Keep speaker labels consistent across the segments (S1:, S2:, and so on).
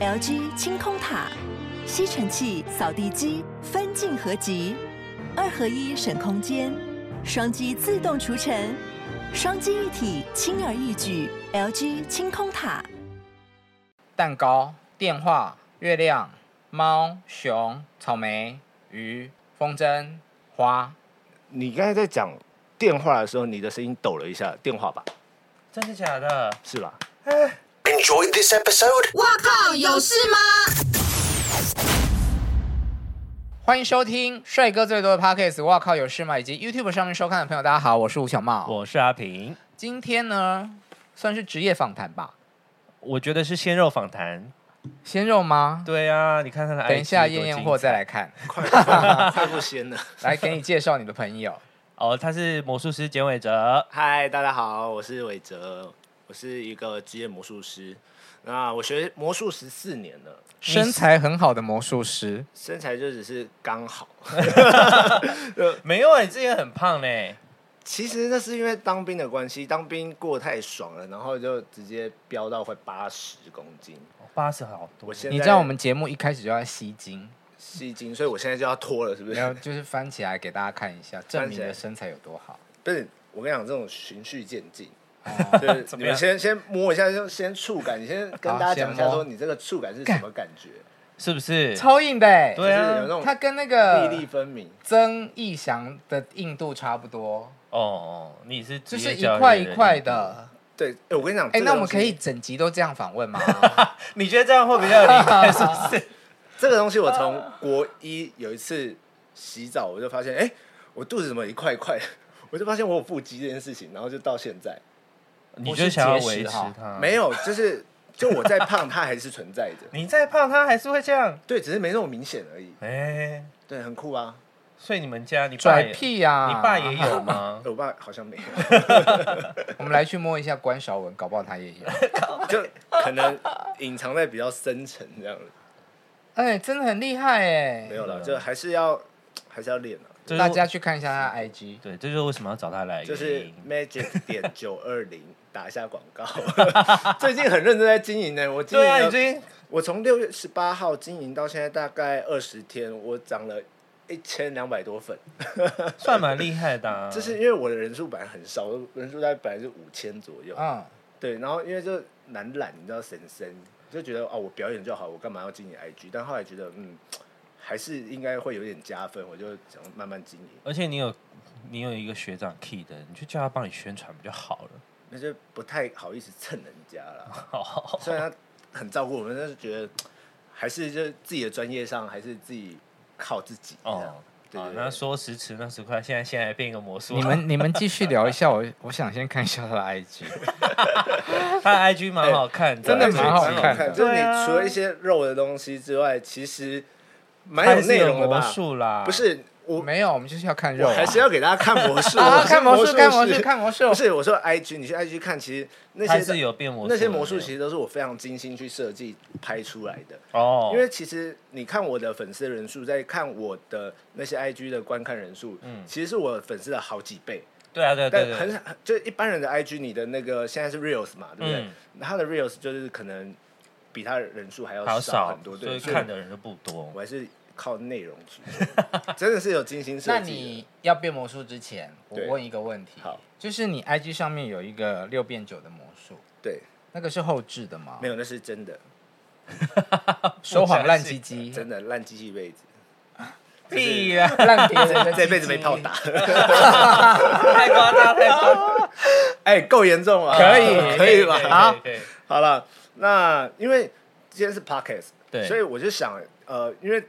S1: LG 清空塔、吸尘器、扫地机分镜合集，二合一省空间，双击自动除尘，双击一体轻而易举。LG 清空塔。
S2: 蛋糕、电话、月亮、猫、熊、草莓、鱼、风筝、花，
S3: 你刚才在讲电话的时候，你的声音抖了一下，电话吧，
S2: 真的假的？
S3: 是吧？
S4: Enjoyed this episode?
S2: 欢迎收听帅哥最多的 Podcast，哇靠有事吗？以及 YouTube 上面收看的朋友，大家好，我是吴小茂。
S5: 我是阿平，
S2: 今天呢，算是职业访谈吧，
S5: 我觉得是鲜肉访谈。
S2: 鲜肉吗？
S5: 对啊，你看他的 IG
S2: 等一下
S5: 多精
S2: 验
S5: 彩
S2: 验货再来看，
S3: 快太不鲜了。
S2: 来给你介绍你的朋友。
S5: 哦，他是魔术师简伟哲，
S3: 嗨，大家好，我是伟哲，我是一个职业魔术师。那我学魔术十四年了，
S2: 身材很好的魔术师，
S3: 身材就只是刚好。
S5: 没有啊，你之前很胖呢，
S3: 其实那是因为当兵的关系，当兵过得太爽了，然后就直接飙到快八十公斤。
S5: 哦八十好多
S3: 我。现在
S2: 你知道我们节目一开始就要吸睛，
S3: 吸金，所以我现在就要脱了，是不
S2: 然后
S3: 是？
S2: 就是翻起来给大家看一下，证明你的身材有多好。
S3: 不是，我跟你讲，这种循序渐进。
S2: 哦
S3: 就是
S5: 怎
S3: 你
S5: 么
S3: 们
S5: 样
S3: 先先摸一下，就先触感，你先跟
S2: 好
S3: 大家讲一
S2: 先
S3: 下，
S2: 摸
S3: 说你这个触感是什么感觉？
S5: 是不是？
S2: 超硬的欸，
S5: 对啊
S3: 就是有那种
S2: 它跟那个
S3: 粒粒分明。
S2: 曾义祥的硬度差不多，
S5: 哦哦，你是
S2: 就
S5: 职
S2: 是
S5: 业
S2: 一
S5: 教育
S2: 块
S5: 人
S2: 一块，的。
S3: 对，哎我跟你讲，
S2: 哎、
S3: 这个
S2: 那我们
S3: 东西
S2: 可以整集都这样访问 吗？
S5: 你觉得这样会比较有灵 感，是不是？
S3: 这个东西，我从国一有一次洗澡，我就发现，哎、我肚子怎么一块一 块的？我就发现我有腹肌这件事情，然后就到现在
S5: 你就想要维
S2: 我是节食
S5: 持
S2: 哈
S5: 它？
S3: 没，有，就是就我再胖，它还是存在着，
S5: 你再胖它还是会这样。
S3: 对，只是没那么明显而已。
S5: 哎，
S3: 对，很酷啊！
S5: 所以你们家你爸
S2: 拽
S5: 也，
S2: 屁啊呀、
S5: 你爸也有吗？
S3: 我爸好像没有，
S2: 我们来去摸一下关韶文，搞不好他 也有。
S3: 就可能隐藏在比较深层这样子。
S2: 哎、真的很厉害哎、
S3: 没有
S5: 嗯
S3: 了，就还是要还是要练啊。
S5: 这是
S2: 大家去看一下他的 IG。
S5: 对，这就是为什么要找他来的
S3: 就
S5: 原
S3: 是
S5: 因，
S3: magic 点九二零打一下广告， 最近很认真在经营呢。我经营
S5: 对啊，
S3: 了
S5: 你最近
S3: 我从六月十八号经营到现在大概二十天，我涨了一千两百多粉。
S5: 算蛮厉害的啊，
S3: 这是因为我的人数本来很少，我人数大概本来是五千左右。
S2: 嗯，
S3: 对，然后因为就难懒，你知道神神就觉得哦，我表演就好，我干嘛要经营 IG？但后来觉得嗯，还是应该会有点加分，我就想慢慢经营。
S5: 而且你有你有一个学长 key 的，你就叫他帮你宣传不就好了？
S3: 那就不太好意思蹭人家了。
S5: 哦，
S3: 虽然他很照顾我们，但是觉得还是就是自己的专业上，还是自己靠自己这样。哦对
S5: 啊
S3: 对，对
S5: 那说时迟，那时快，现在现在变一个魔术。
S2: 你们你们继续聊一下，我 我想先看一下他的 IG。
S5: 他的 IG 蛮好看的，
S2: 真的蛮好看的
S3: 就是你
S5: 对啊
S3: 除了一些肉的东西之外，其实蛮
S5: 蛮
S3: 有内容的
S5: 魔
S3: 吧？
S5: 术啦，
S3: 不是我，
S2: 没有，我们就是要看肉、
S3: 我
S2: 啊，，
S3: 还是要给大家看魔术
S2: 啊
S3: 我是
S2: 看魔术，
S3: 术，
S2: 看魔术，。看魔术
S3: 不。是我说 IG，你去 IG 看，其实那
S5: 哦还
S3: 些
S5: 是有变魔术的
S3: 那些魔术，其实都是我非常精心去设计拍出来的。
S5: 哦，
S3: 因为其实你看我的粉丝人数，在看我的那些 IG 的观看人数，
S5: 嗯
S3: 其实是我粉丝的好几倍。
S5: 对啊对啊对
S3: 但
S5: 啊
S3: 很
S5: 对啊，
S3: 很就一般人的 IG，你的那个现在是 Reels 嘛，对不
S5: 嗯
S3: 对？他的 Reels 就是可能比他人数还要
S5: 好
S3: 少
S5: 少
S3: 很，多，
S5: 所
S3: 对，
S5: 以看的人就不多
S3: 我。还是靠内容取胜，真的是有精心设计的。
S2: 那你要变魔术之前，我
S3: 对
S2: 问一个问题，
S3: 好，
S2: 就是你 IG 上面有一个六变九的魔术，
S3: 对
S2: 那个是后置的吗？
S3: 没有那是真的，
S2: 说谎烂鸡鸡，
S3: 真的烂机器辈子，
S2: 屁呀，烂别人的
S3: 这辈子没炮打，
S5: 太夸张太夸张，
S3: 哎，够严重了，
S2: 可以
S3: 可以吧？好，
S5: 可以，可以
S3: 好了，那因为今天是 podcast，
S5: 对
S3: 所以我就想，呃，因为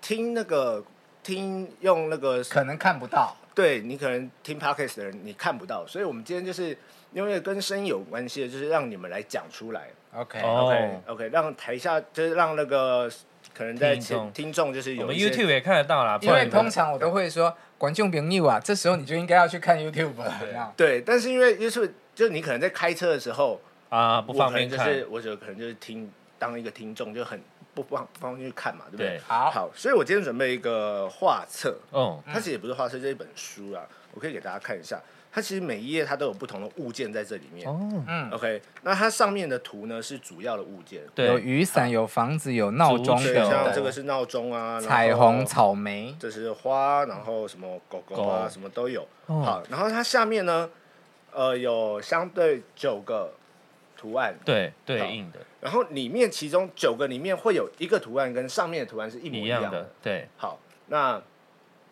S3: 听那个听用那个，
S2: 可能看不到。
S3: 对你可能听 podcast 的人你看不到，所以我们今天就是因为跟声音有关系的，就是让你们来讲出来。
S2: OK，
S5: 哦
S3: OK OK，让台下就是让那个可能在
S5: 听
S3: 前
S5: 众
S3: 听众就是
S5: 我
S3: 有
S5: 们
S3: 一些
S5: YouTube 也看得到啦，
S2: 因为通常我都会说观众朋友啊，这时候你就应该要去看 YouTube 了。这样
S3: 对，但是因为 YouTube 就你可能在开车的时候，
S5: 啊不
S3: 我
S5: 方
S3: 可
S5: 便
S3: 能就
S5: 看，
S3: 是我就可能就是听当一个听众就很不方不方便去看嘛，对不对
S5: 对？
S2: 好嗯
S3: 好，所以我今天准备一个画册，
S5: 哦
S3: 它其实也不是画册，就是一本书啊，我可以给大家看一下。它其实每一页它都有不同的物件在这里面。
S5: 哦，
S2: 嗯，
S3: OK，那它上面的图呢是主要的物件，
S2: 有
S5: 对，
S2: 雨伞，有房子，有闹钟
S5: 足
S3: 对，
S5: 球
S2: 球，
S3: 像这个是闹钟啊，然后
S2: 彩虹、草莓，
S3: 这是花，然后什么狗狗啊，
S5: 狗
S3: 什么都有。
S5: 哦
S3: 好，然后它下面呢，呃，有相对九个图案，
S5: 对对应的，
S3: 然后里面其中九个里面会有一个图案跟上面的图案是一模
S5: 一
S3: 样
S5: 样的，对，
S3: 好，那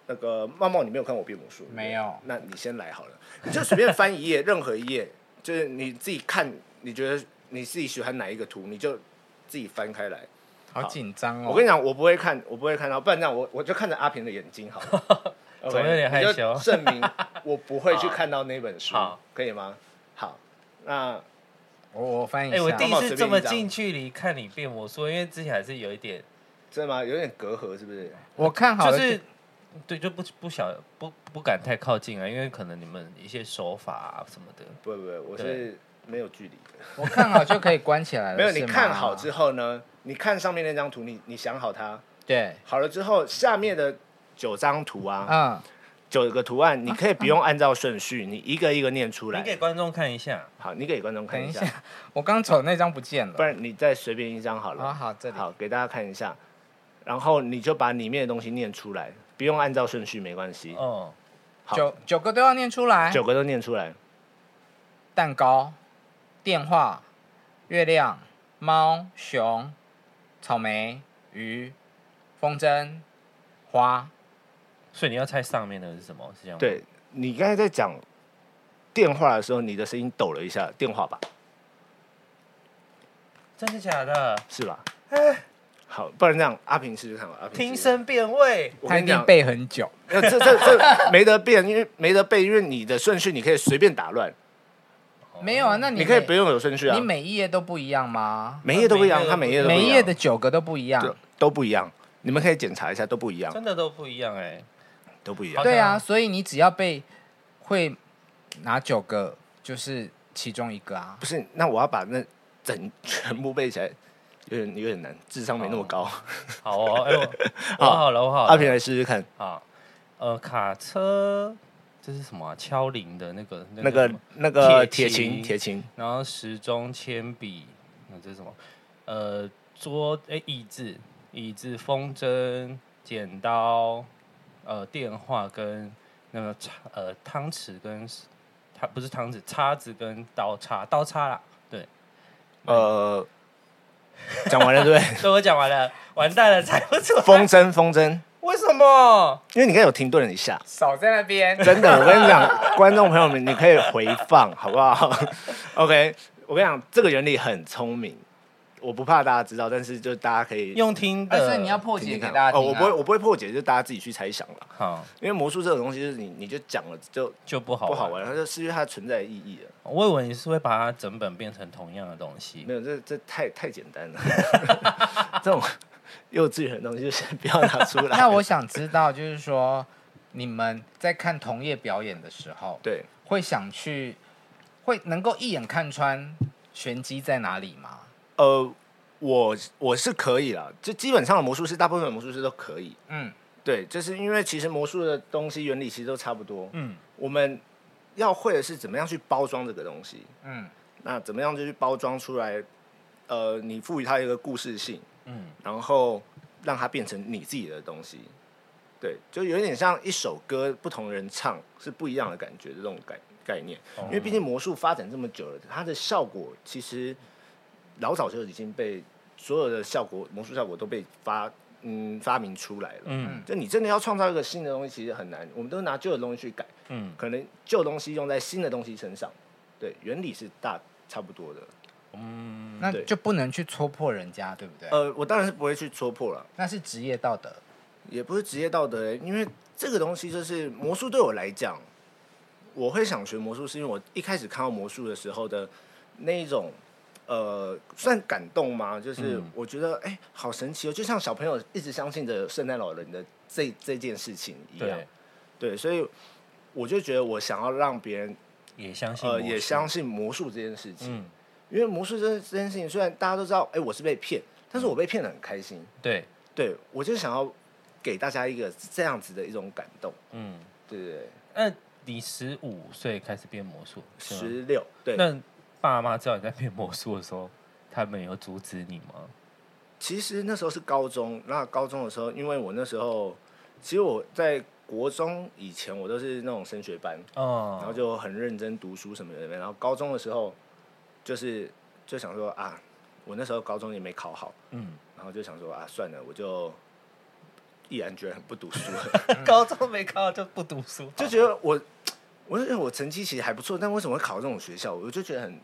S3: 那个茂茂，你没有看过我变魔术？
S2: 没有
S3: 那你先来好了，你就随便翻一页，任何一页， 就是你自己看，你觉得你自己喜欢哪一个图，你就自己翻开来。
S2: 好紧张哦。
S3: 我跟
S2: 你
S3: 你讲，我不会看，我不会看到，不然这样我我就看着阿平的眼睛好了。
S5: 怎么有点害羞
S3: 你就证明我不会去看到那本书
S5: 好，
S3: 可以吗？好，那
S2: 我我翻一
S5: 哎，
S2: 下，
S5: 我第一
S3: 好
S5: 次
S3: 随便
S5: 这么
S3: 一张
S5: 近距离看你变魔术，因为之前还是有一点，
S3: 真的吗？有点隔阂是不是？
S2: 我看好
S5: 就
S2: 了
S5: 是对，就不不想不不敢太靠近啊，因为可能你们一些手法啊什么的，
S3: 不不不，我是没有距离的。
S2: 我看好就可以关起来了。
S3: 没有，你看好
S2: 之
S3: 之后呢？你看上面那张图，你你想好它，
S2: 对，
S3: 好了之后，下面的九张图啊，
S2: 嗯，
S3: 九个图案，你可以不用按照顺序，你一个一个念出
S5: 你
S3: 来。
S5: 给观众看一下，
S3: 好，你给观众看
S2: 等一
S3: 下，
S2: 下，我刚走那张不见
S3: 不
S2: 了。
S3: 然你再随便一张好了。
S2: 啊好这里
S3: 好，给大家看一下，然后你就把里面的东西念出来，不用按照顺序没关系，
S5: 哦，
S3: 好
S2: 九九个都要念出来。
S3: 九个都念出来。
S2: 蛋糕、电话、月亮、猫、熊、草莓、鱼、风筝、花。
S5: 所以你要猜上面的是什么？是这样吗？
S3: 对你刚才在讲电话的时候，你的声音抖了一下，电话吧，
S5: 真的假的？
S3: 是吧？好，不然这样，阿平试试看吧。阿平
S5: 哎听
S3: 试试看，
S5: 声辨位，
S3: 我
S2: 他
S3: 跟
S2: 一
S3: 你讲
S2: 定，背很久。
S3: 没有 这这这没得变，因为没得背，因为你的顺序你可以随便打乱，
S2: 没有啊，那你
S3: 哦你可以
S2: 每
S3: 不用有顺序啊
S2: 你。每一页都不一样吗？
S3: 每一页都不一样，它
S5: 它
S3: 每
S5: 每
S3: 一
S5: 一
S2: 每
S3: 页都不一
S5: 页都
S2: 一
S3: 样
S2: 页的九个都不一样
S3: 对。都不一样，你们可以检查一下，都不一样
S5: 真，的都不一样哎。
S3: 都不一样。
S5: 对
S2: 对啊，
S5: 啊
S2: 所以你只要背会哪九个，就是其中一个啊。
S3: 不是，那我要把那整全部背起来，有点有点难，智商没那么高。
S5: 好哦， 哎我我好了，我好了。
S3: 阿平来试试看，
S5: 好，呃，卡车这是什么啊、敲铃的那个嗯
S3: 那个
S5: 什么
S3: 那个铁
S5: 铁
S3: 琴
S5: 琴
S3: 铁琴，
S5: 然后时钟、铅笔，那这是什么？呃，桌哎、椅子、椅子、风筝、剪刀，呃，电话跟那个叉呃汤匙跟它不是汤匙，叉子跟刀叉，刀叉啦。对，嗯
S3: 呃，讲完了对 不对？
S5: 所以我讲完了，完蛋了，猜不出 来
S3: 风筝风筝，
S5: 为什么？
S3: 因为你刚才有停顿了一下，
S2: 少在那 边。
S3: 真的，我跟你讲，观众朋友们，你可以回放，好不好？OK，我跟你讲，这个原理很聪明，我不怕大家知道，但是就大家可以
S5: 用听
S2: 但
S5: 的，
S2: 是你要破
S3: 听
S2: 解
S3: 听
S2: 给
S3: 看
S2: 大家听、啊
S3: 哦，我不会，我不会破解，就是大家自己去猜想了。
S5: 好
S3: 因为魔术这种东西，就是你你就讲了就
S5: 就不好
S3: 不好。玩，它就失去它存在的意义了。
S5: 我以为你是会把它整本变成同样的东西
S3: 没，有，这这太太简单了， 这种幼稚园的东西就先不要拿出来。
S2: 那我想知道，就是说你们在看同业表演的时候，
S3: 对
S2: 会想去，会能够一眼看穿玄机在哪里吗？
S3: 呃，我我是可以啦，就基本上的魔术师，大部分的魔术师都可以。
S2: 嗯
S3: 对，就是因为其实魔术的东西原理其实都差不多。
S2: 嗯
S3: 我们要会的是怎么样去包装这个东西，
S2: 嗯
S3: 那怎么样就去包装出来？呃，你赋予它一个故事性，
S5: 嗯，
S3: 然后让它变成你自己的东西。对，就有点像一首歌，不同人唱是不一样的感觉的这种概概念。
S2: 哦
S3: 因为毕竟魔术发展这么久了，它的效果其实老早就已经被所有的效果魔术效果都被发嗯发明出来了。
S5: 嗯
S3: 就你真的要创造一个新的东西，其实很难。我们都拿旧的东西去改，
S5: 嗯，
S3: 可能旧东西用在新的东西身上。对，原理是大差不多的。
S2: 那
S3: 嗯对
S2: 就不能去戳破人家，对不对？
S3: 呃，我当然是不会去戳破了，
S2: 那是职业道德。
S3: 也不是职业道德、欸因为这个东西就是魔术对我来讲，我会想学魔术，是因为我一开始看到魔术的时候的那一种。呃，算感动吗？就是
S5: 嗯
S3: 我觉得，哎、好神奇哦！就像小朋友一直相信着圣诞老人的这这件事情一样，
S5: 对，
S3: 对，所以我就觉得我想要让别人
S5: 也相信，
S3: 呃也相，信魔术这件事情，
S5: 嗯，
S3: 因为魔术这这件事情虽然大家都知道，哎、我是被骗，但是我被骗的很开心，
S5: 对，
S3: 对我就想要给大家一个这样子的一种感动，
S5: 嗯，
S3: 对对对，
S5: 那你十五岁开始变魔术，是吗
S3: 十六对，
S5: 那爸妈知道你在变魔术的时候，他们有阻止你吗？
S3: 其实那时候是高中，那高中的时候，因为我那时候，其实我在国中以前，我都是那种升学班，
S5: 哦，
S3: 然后就很认真读书什么的。然后高中的时候，就是就想说啊，我那时候高中也没考好，
S5: 嗯，
S3: 然后就想说啊，算了，我就毅然决然不读书了，
S5: 高中没考就不读书，
S3: 就觉得我，我就觉得我成绩其实还不错，但为什么会考这种学校？我就觉得很，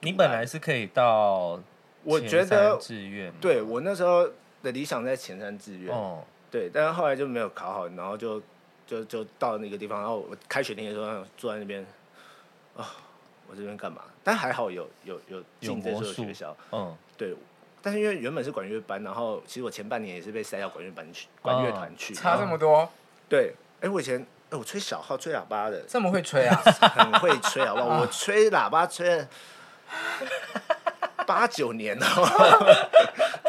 S5: 你本来是可以到
S3: 我
S5: 前
S3: 觉得
S5: 三志愿嘛，
S3: 对我那时候的理想在前三志愿，
S5: 哦，
S3: 对，但是后来就没有考好，然后就就就到那个地方，然后我开学那的时候坐在那边，啊、我这边干嘛？但还好有有有
S5: 有
S3: 进这
S5: 魔
S3: 所
S5: 术
S3: 学校，，
S5: 嗯，
S3: 对。但是因为原本是管乐班，然后其实我前半年也是被塞到管乐班去，管
S5: 哦
S3: 乐团去。
S2: 差这么多，
S3: 对，哎、我以前哎、我吹小号、吹喇叭的，
S2: 这么会吹 啊！
S3: 很会吹，好不好？我吹喇叭 吹了八九年了，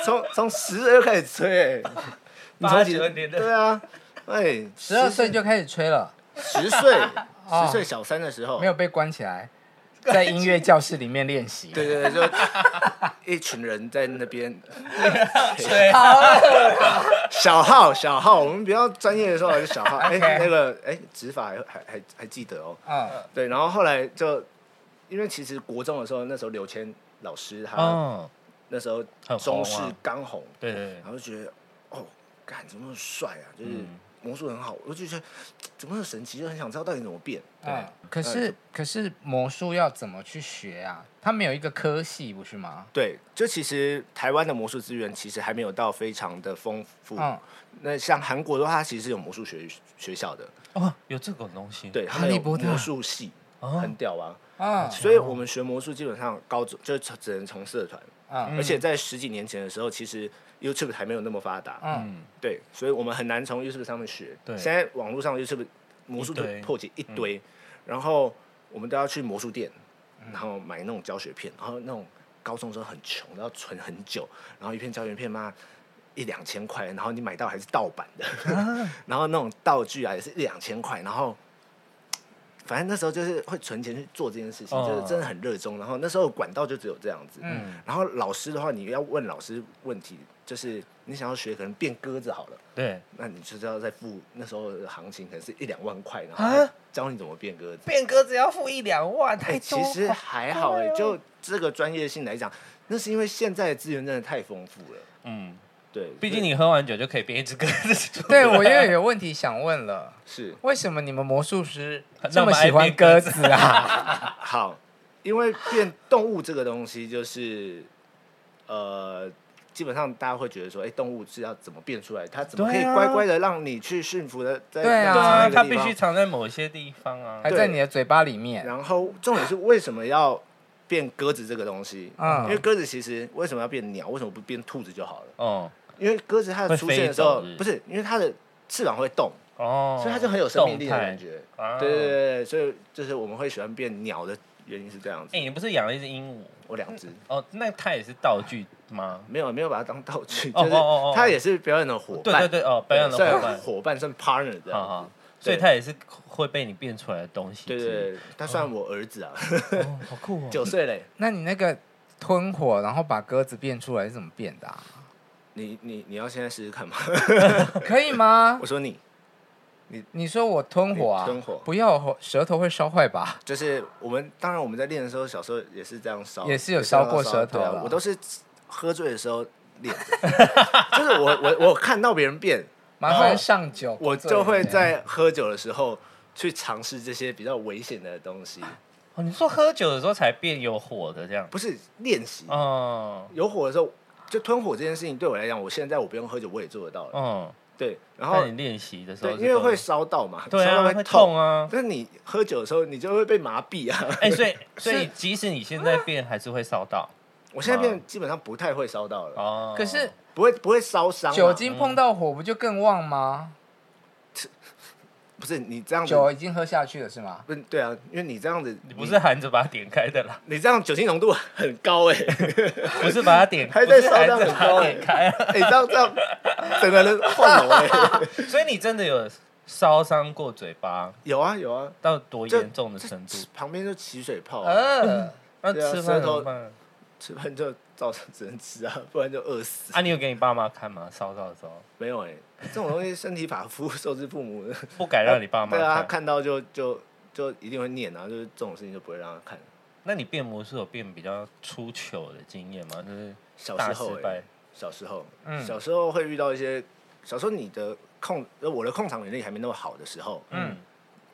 S3: 从从十二开始吹、哎你从几
S5: 八九年的
S3: 对啊，哎、
S2: 十二岁就开始吹了，
S3: 十岁，
S2: 哦
S3: 十岁小三的时候，
S2: 没有被关起来，在音乐教室里面练习。
S3: 对对对，就一群人在那 边。
S5: 啊
S3: 小号，小号，我们比较专业的说法是小 号。哎、
S2: OK
S3: 那个，哎、指法还还还还记得哦。
S2: 嗯，
S3: 对，然后后来就，因为其实国中的时候，那时候刘谦老师
S2: 嗯
S3: 他
S5: 哦，
S3: 那时候
S5: 很红啊
S3: 中式刚红，
S5: 对对
S3: 然后就觉得哦，干怎么那么帅啊？就是
S5: 嗯
S3: 魔术很好，我就觉得怎么那么神奇，就很想知道到底怎么变。
S2: 嗯。可
S3: 呃
S2: 是可是魔术要怎么去学啊？它没有一个科系不是吗？
S3: 对，就其实台湾的魔术资源其实还没有到非常的丰富。
S2: 嗯，
S3: 那像韩国的话，它其实是有魔术学学校的，
S5: 对，哦，有这种东西，，
S3: 对，他
S2: 哈
S3: 们
S2: 利
S3: 有
S2: 波特
S3: 魔术系，
S5: 哦
S3: 很屌啊。
S2: 嗯
S3: 所以我们学魔术基本上高中就只能从社团，
S2: 嗯
S5: 啊
S3: 而且在十几年前的时候，其实 YouTube 还没有那么发达，
S2: 嗯，
S3: 对，所以我们很难从 YouTube 上面学。
S5: 对
S3: 现在网络上 YouTube 魔术
S5: 一堆嗯
S3: 破解一堆，然后我们都要去魔术店，然后买那种教学片，然后那种高中的时候很穷，然后存很久，然后一片胶原片嘛一两千块，然后你买到还是盗版的，
S5: 啊
S3: 然后那种道具啊也是一两千块，然后。反正那时候就是会存钱去做这件事情，
S5: 哦
S3: 就是真的很热衷。然后那时候管道就只有这样子，
S2: 嗯
S3: 然后老师的话，你要问老师问题，就是你想要学可能变鸽子好了，
S5: 对，
S3: 那你就是要再付那时候的行情，可能是一两万块，然后教你怎么变鸽子。
S5: 啊变革只要付一两万，
S3: 哎、
S5: 太多哦
S3: 其实
S5: 了，
S3: 还好哎、就这个专业性来讲，那是因为现在的资源真的太丰富了。
S5: 嗯，
S3: 对，
S5: 毕竟
S3: 所以
S5: 你喝完酒就可以变一只鸽子，
S2: 对我又有问题想问了，
S3: 是
S2: 为什么你们魔术师
S5: 很
S2: 这么喜欢鸽子 啊？
S3: 好，因为变动物这个东西，就是呃，基本上大家会觉得说，哎、动物是要怎么变出来？它怎么可以
S5: 对啊
S3: 乖乖的让你去驯服的？在
S2: 对啊
S5: 对啊，
S3: 让
S5: 它
S3: 藏在一个地
S5: 必
S3: 方
S5: 须藏在某些地方啊
S2: 还，在你的嘴巴里面？
S3: 然后重点是为什么要变鸽子这个东西？
S2: 嗯
S3: 因为鸽子其实为什么要变鸟？为什么不变兔子就好了？
S5: 哦
S3: 因为鸽子它的
S5: 会
S3: 出
S5: 飞
S3: 现的时候
S5: 走是不是，
S3: 不是因为它的翅膀会动，
S5: 哦，
S3: 所以它就很有生命力的感觉。
S5: 动态，啊
S3: 对对对，对，所以就是我们会喜欢变鸟的原因是这样子
S5: 哎，。你不是养了一只鹦鹉？
S3: 我两只
S5: 哦，那它也是道具吗？
S3: 没有没有把它当道具，
S5: 哦
S3: 就是
S5: 哦哦哦
S3: 它也是表演的伙
S5: 对
S3: 伴，
S5: 对对，哦，表演的伙
S3: 算
S5: 伴，
S3: 伙伴算 partner 这
S5: 好
S3: 样
S5: 好
S3: 子。，
S5: 所以
S3: 对
S5: 它也是会被你变出来的东西之
S3: 对
S5: 一，
S3: 对对，他算我儿子啊，
S5: 哦，好酷哦，
S3: 九岁嘞。
S2: 那你那个吞火，然后把鸽子变出来是怎么变的啊？
S3: 你你你要现在试试看吗？
S2: 可以吗
S3: 我？说你
S2: 你说我吞火啊？
S3: 你吞火
S2: 不要火舌头会烧坏吧？
S3: 就是我们当然我们在练的时候，小时候也是这样烧，
S2: 也是有烧过舌头
S3: 对啊
S2: 啦
S3: 我都是喝醉的时候练的， 就是我我我看到别人变，
S2: 麻烦上酒，
S3: 哦我就会在喝酒的时候去尝试这些比较危险的东西，
S5: 哦，你说喝酒的时候才变有火的这样？
S3: 不是练习。
S5: 哦，
S3: 有火的时候，就吞火这件事情对我来讲，我现在我不用喝酒我也做得到了。
S5: 嗯，
S3: 对，然后
S5: 那你练习的时候
S3: 对，
S5: 是
S3: 因为
S5: 多
S3: 会烧到嘛，
S5: 对
S3: 烧
S5: 啊，
S3: 到
S5: 会痛
S3: 痛。
S5: 啊。
S3: 但是你喝酒的时候，你就会被麻痹啊！
S5: 哎，所以所以即使你现在变，还是会烧 到
S3: 我现在变基本上不太会烧到了，
S5: 哦。
S2: 可是
S3: 不会不会烧伤啊。
S2: 酒精碰到火不就更旺吗？
S3: 不是你这样子
S2: 酒已经喝下去了是吗？
S3: 不是对啊，因为你这样子，
S5: 你不是啊含着把它点开的啦，
S3: 你这样酒精浓度很高哎、欸，
S5: 不是把它点，
S3: 还在
S5: 不是含
S3: 烧到
S5: 着
S3: 很
S5: 把它
S3: 高
S5: 点开啊。
S3: 哎、这样这样，整个人晃了哎、
S5: 所以你真的有烧伤过嘴巴
S3: 有啊有啊，
S5: 到多
S3: 这
S5: 严重的
S3: 这
S5: 程度？
S3: 旁边就起水泡啊、
S5: 嗯呃，那
S3: 对啊
S5: 吃
S3: 舌
S5: 饭怎
S3: 头
S5: 么办？
S3: 吃饭就照常只能吃啊，不然就饿死。
S5: 啊，你有给你爸妈看吗？烧到的时候
S3: 没有哎、这种东西身体发肤受之父母的，
S5: 不敢让你爸 妈
S3: 对啊，他
S5: 看。
S3: 看到就就就一定会念啊，就是这种事情就不会让他看。
S5: 那你变魔术有变比较出糗的经验吗？就是
S3: 小
S5: 大
S3: 时
S5: 失
S3: 候、欸
S5: 败，，
S3: 小时候，
S2: 嗯
S3: 小时候会遇到一些，小时候你的控，呃我的控场能力还没那么好的时候，
S2: 嗯，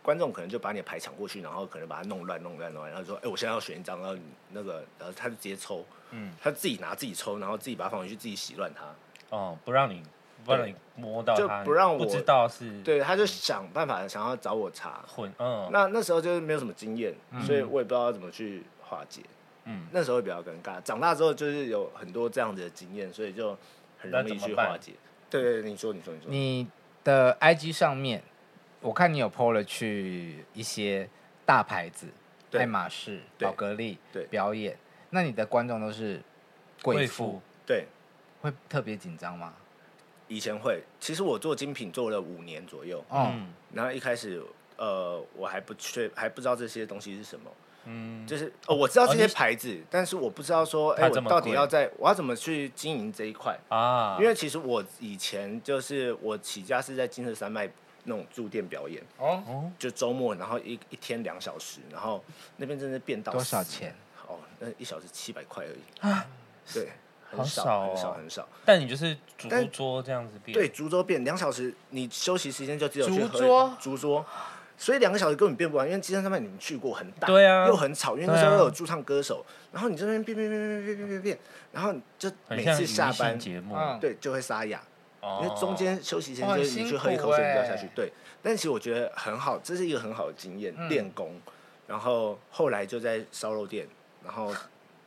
S3: 观众可能就把你的牌抢过去，然后可能把它弄乱、弄乱、弄乱，然后说：“哎、我现在要选一张。”然后你那个，然后他就直接抽，
S5: 嗯，
S3: 他自己拿自己抽，然后自己把它放回去，自己洗乱它。
S5: 哦，不让你不让你摸到
S3: 就
S5: 它，
S3: 不让
S5: 你不
S3: 我
S5: 知道是
S3: 对，他就想办法想要找我查。
S5: 混，嗯，
S3: 那那时候就是没有什么经验，所以我也不知道怎么去化解。
S5: 嗯，
S3: 那时候会比较尴尬。长大之后就是有很多这样子的经验，所以就很容易
S5: 那怎
S3: 去
S5: 么办
S3: 化解。对对，对你说，你说，你说，
S2: 你的 IG 上面，我看你有 PO 了去一些大牌子，
S3: 对
S2: 爱马仕、
S3: 对
S2: 宝格丽
S3: 对
S2: 表演，那你的观众都是贵妇，
S3: 对，
S2: 会特别紧张吗？
S3: 以前会。其实我做精品做了五年左右，
S2: 哦，
S5: 嗯
S3: 然后一开始呃我还不确还不知道这些东西是什么，
S5: 嗯，
S3: 就是哦我知道这些
S5: 你
S3: 牌子，但是我不知道说哎、
S5: 它
S3: 我
S5: 这么
S3: 到底
S5: 贵
S3: 要在我要怎么去经营这一块，
S5: 啊，
S3: 因为其实我以前就是我起家是在金色山脉那种驻店表演，
S2: 哦，
S5: 哦，
S3: 就周末然后一一天两小时，然后那边真的变到
S2: 多少
S3: 死
S2: 钱？
S3: 哦，那一小时七百块而已啊，对，很
S5: 好少
S3: 很少
S5: 哦
S3: 很少。
S5: 但你就是竹
S3: 但
S5: 桌这样子变，
S3: 对，，竹桌变两小时，你休息时间就只有去
S2: 竹
S3: 喝
S2: 桌
S3: 竹桌，所以两个小时根本变不完，因为基山上面你们去过很大，
S5: 对啊
S3: 又很吵，因为
S5: 对
S3: 那时候
S5: 啊
S3: 又有驻唱歌手，然后你这边变变变变变变变变，然后你就
S5: 很
S3: 每
S5: 像
S3: 次
S5: 娱
S3: 下
S5: 乐性
S3: 班，
S5: 节目，
S2: 嗯
S3: 对，就会沙哑，
S5: 哦
S3: 因为中间休息时间
S2: 哇
S3: 就
S2: 很
S3: 是你去
S2: 辛
S3: 喝一
S2: 苦
S3: 口水
S2: 欸
S3: 掉下去，对。但其实我觉得很好，这是一个很好的经验，
S5: 嗯
S3: 练功。然后后来就在烧肉店，然 后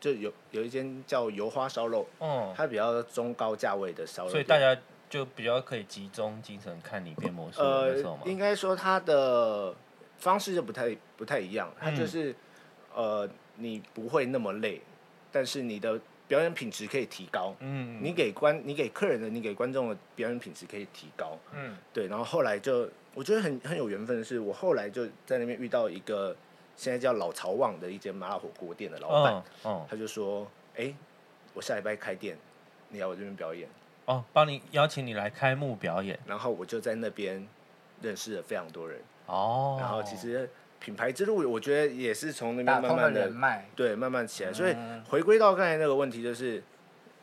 S3: 就有有一间叫油花烧肉，
S5: 嗯，
S3: 它比较中高价位的烧肉店，
S5: 所以大家就比较可以集中精神看你变魔术的
S3: 呃
S5: 那时候嘛，，嗯
S3: 应该说它的方式就不太不太一样，它就
S5: 嗯
S3: 是、呃，你不会那么累，但是你的表演品质可以提高。
S5: 嗯，
S3: 你给观你给客人的，你给观众的表演品质可以提高。
S2: 嗯，
S3: 对，然后后来就我觉得很很有缘分的是，我后来就在那边遇到一个现在叫老曹旺的一间麻辣火锅店的老板，
S5: 嗯嗯
S3: 他就说：“哎、我下礼拜开店，你来我这边表演。”
S5: 哦，帮你邀请你来开幕表演
S3: 然后我就在那边认识了非常多人。
S5: 哦，
S3: 然后其实品牌之路，我觉得也是从那边
S2: 打
S3: 慢
S2: 通
S3: 慢
S2: 了
S3: 的
S2: 人脉，
S3: 对慢慢起来。所以
S2: 嗯
S3: 回归到刚才那个问题，就是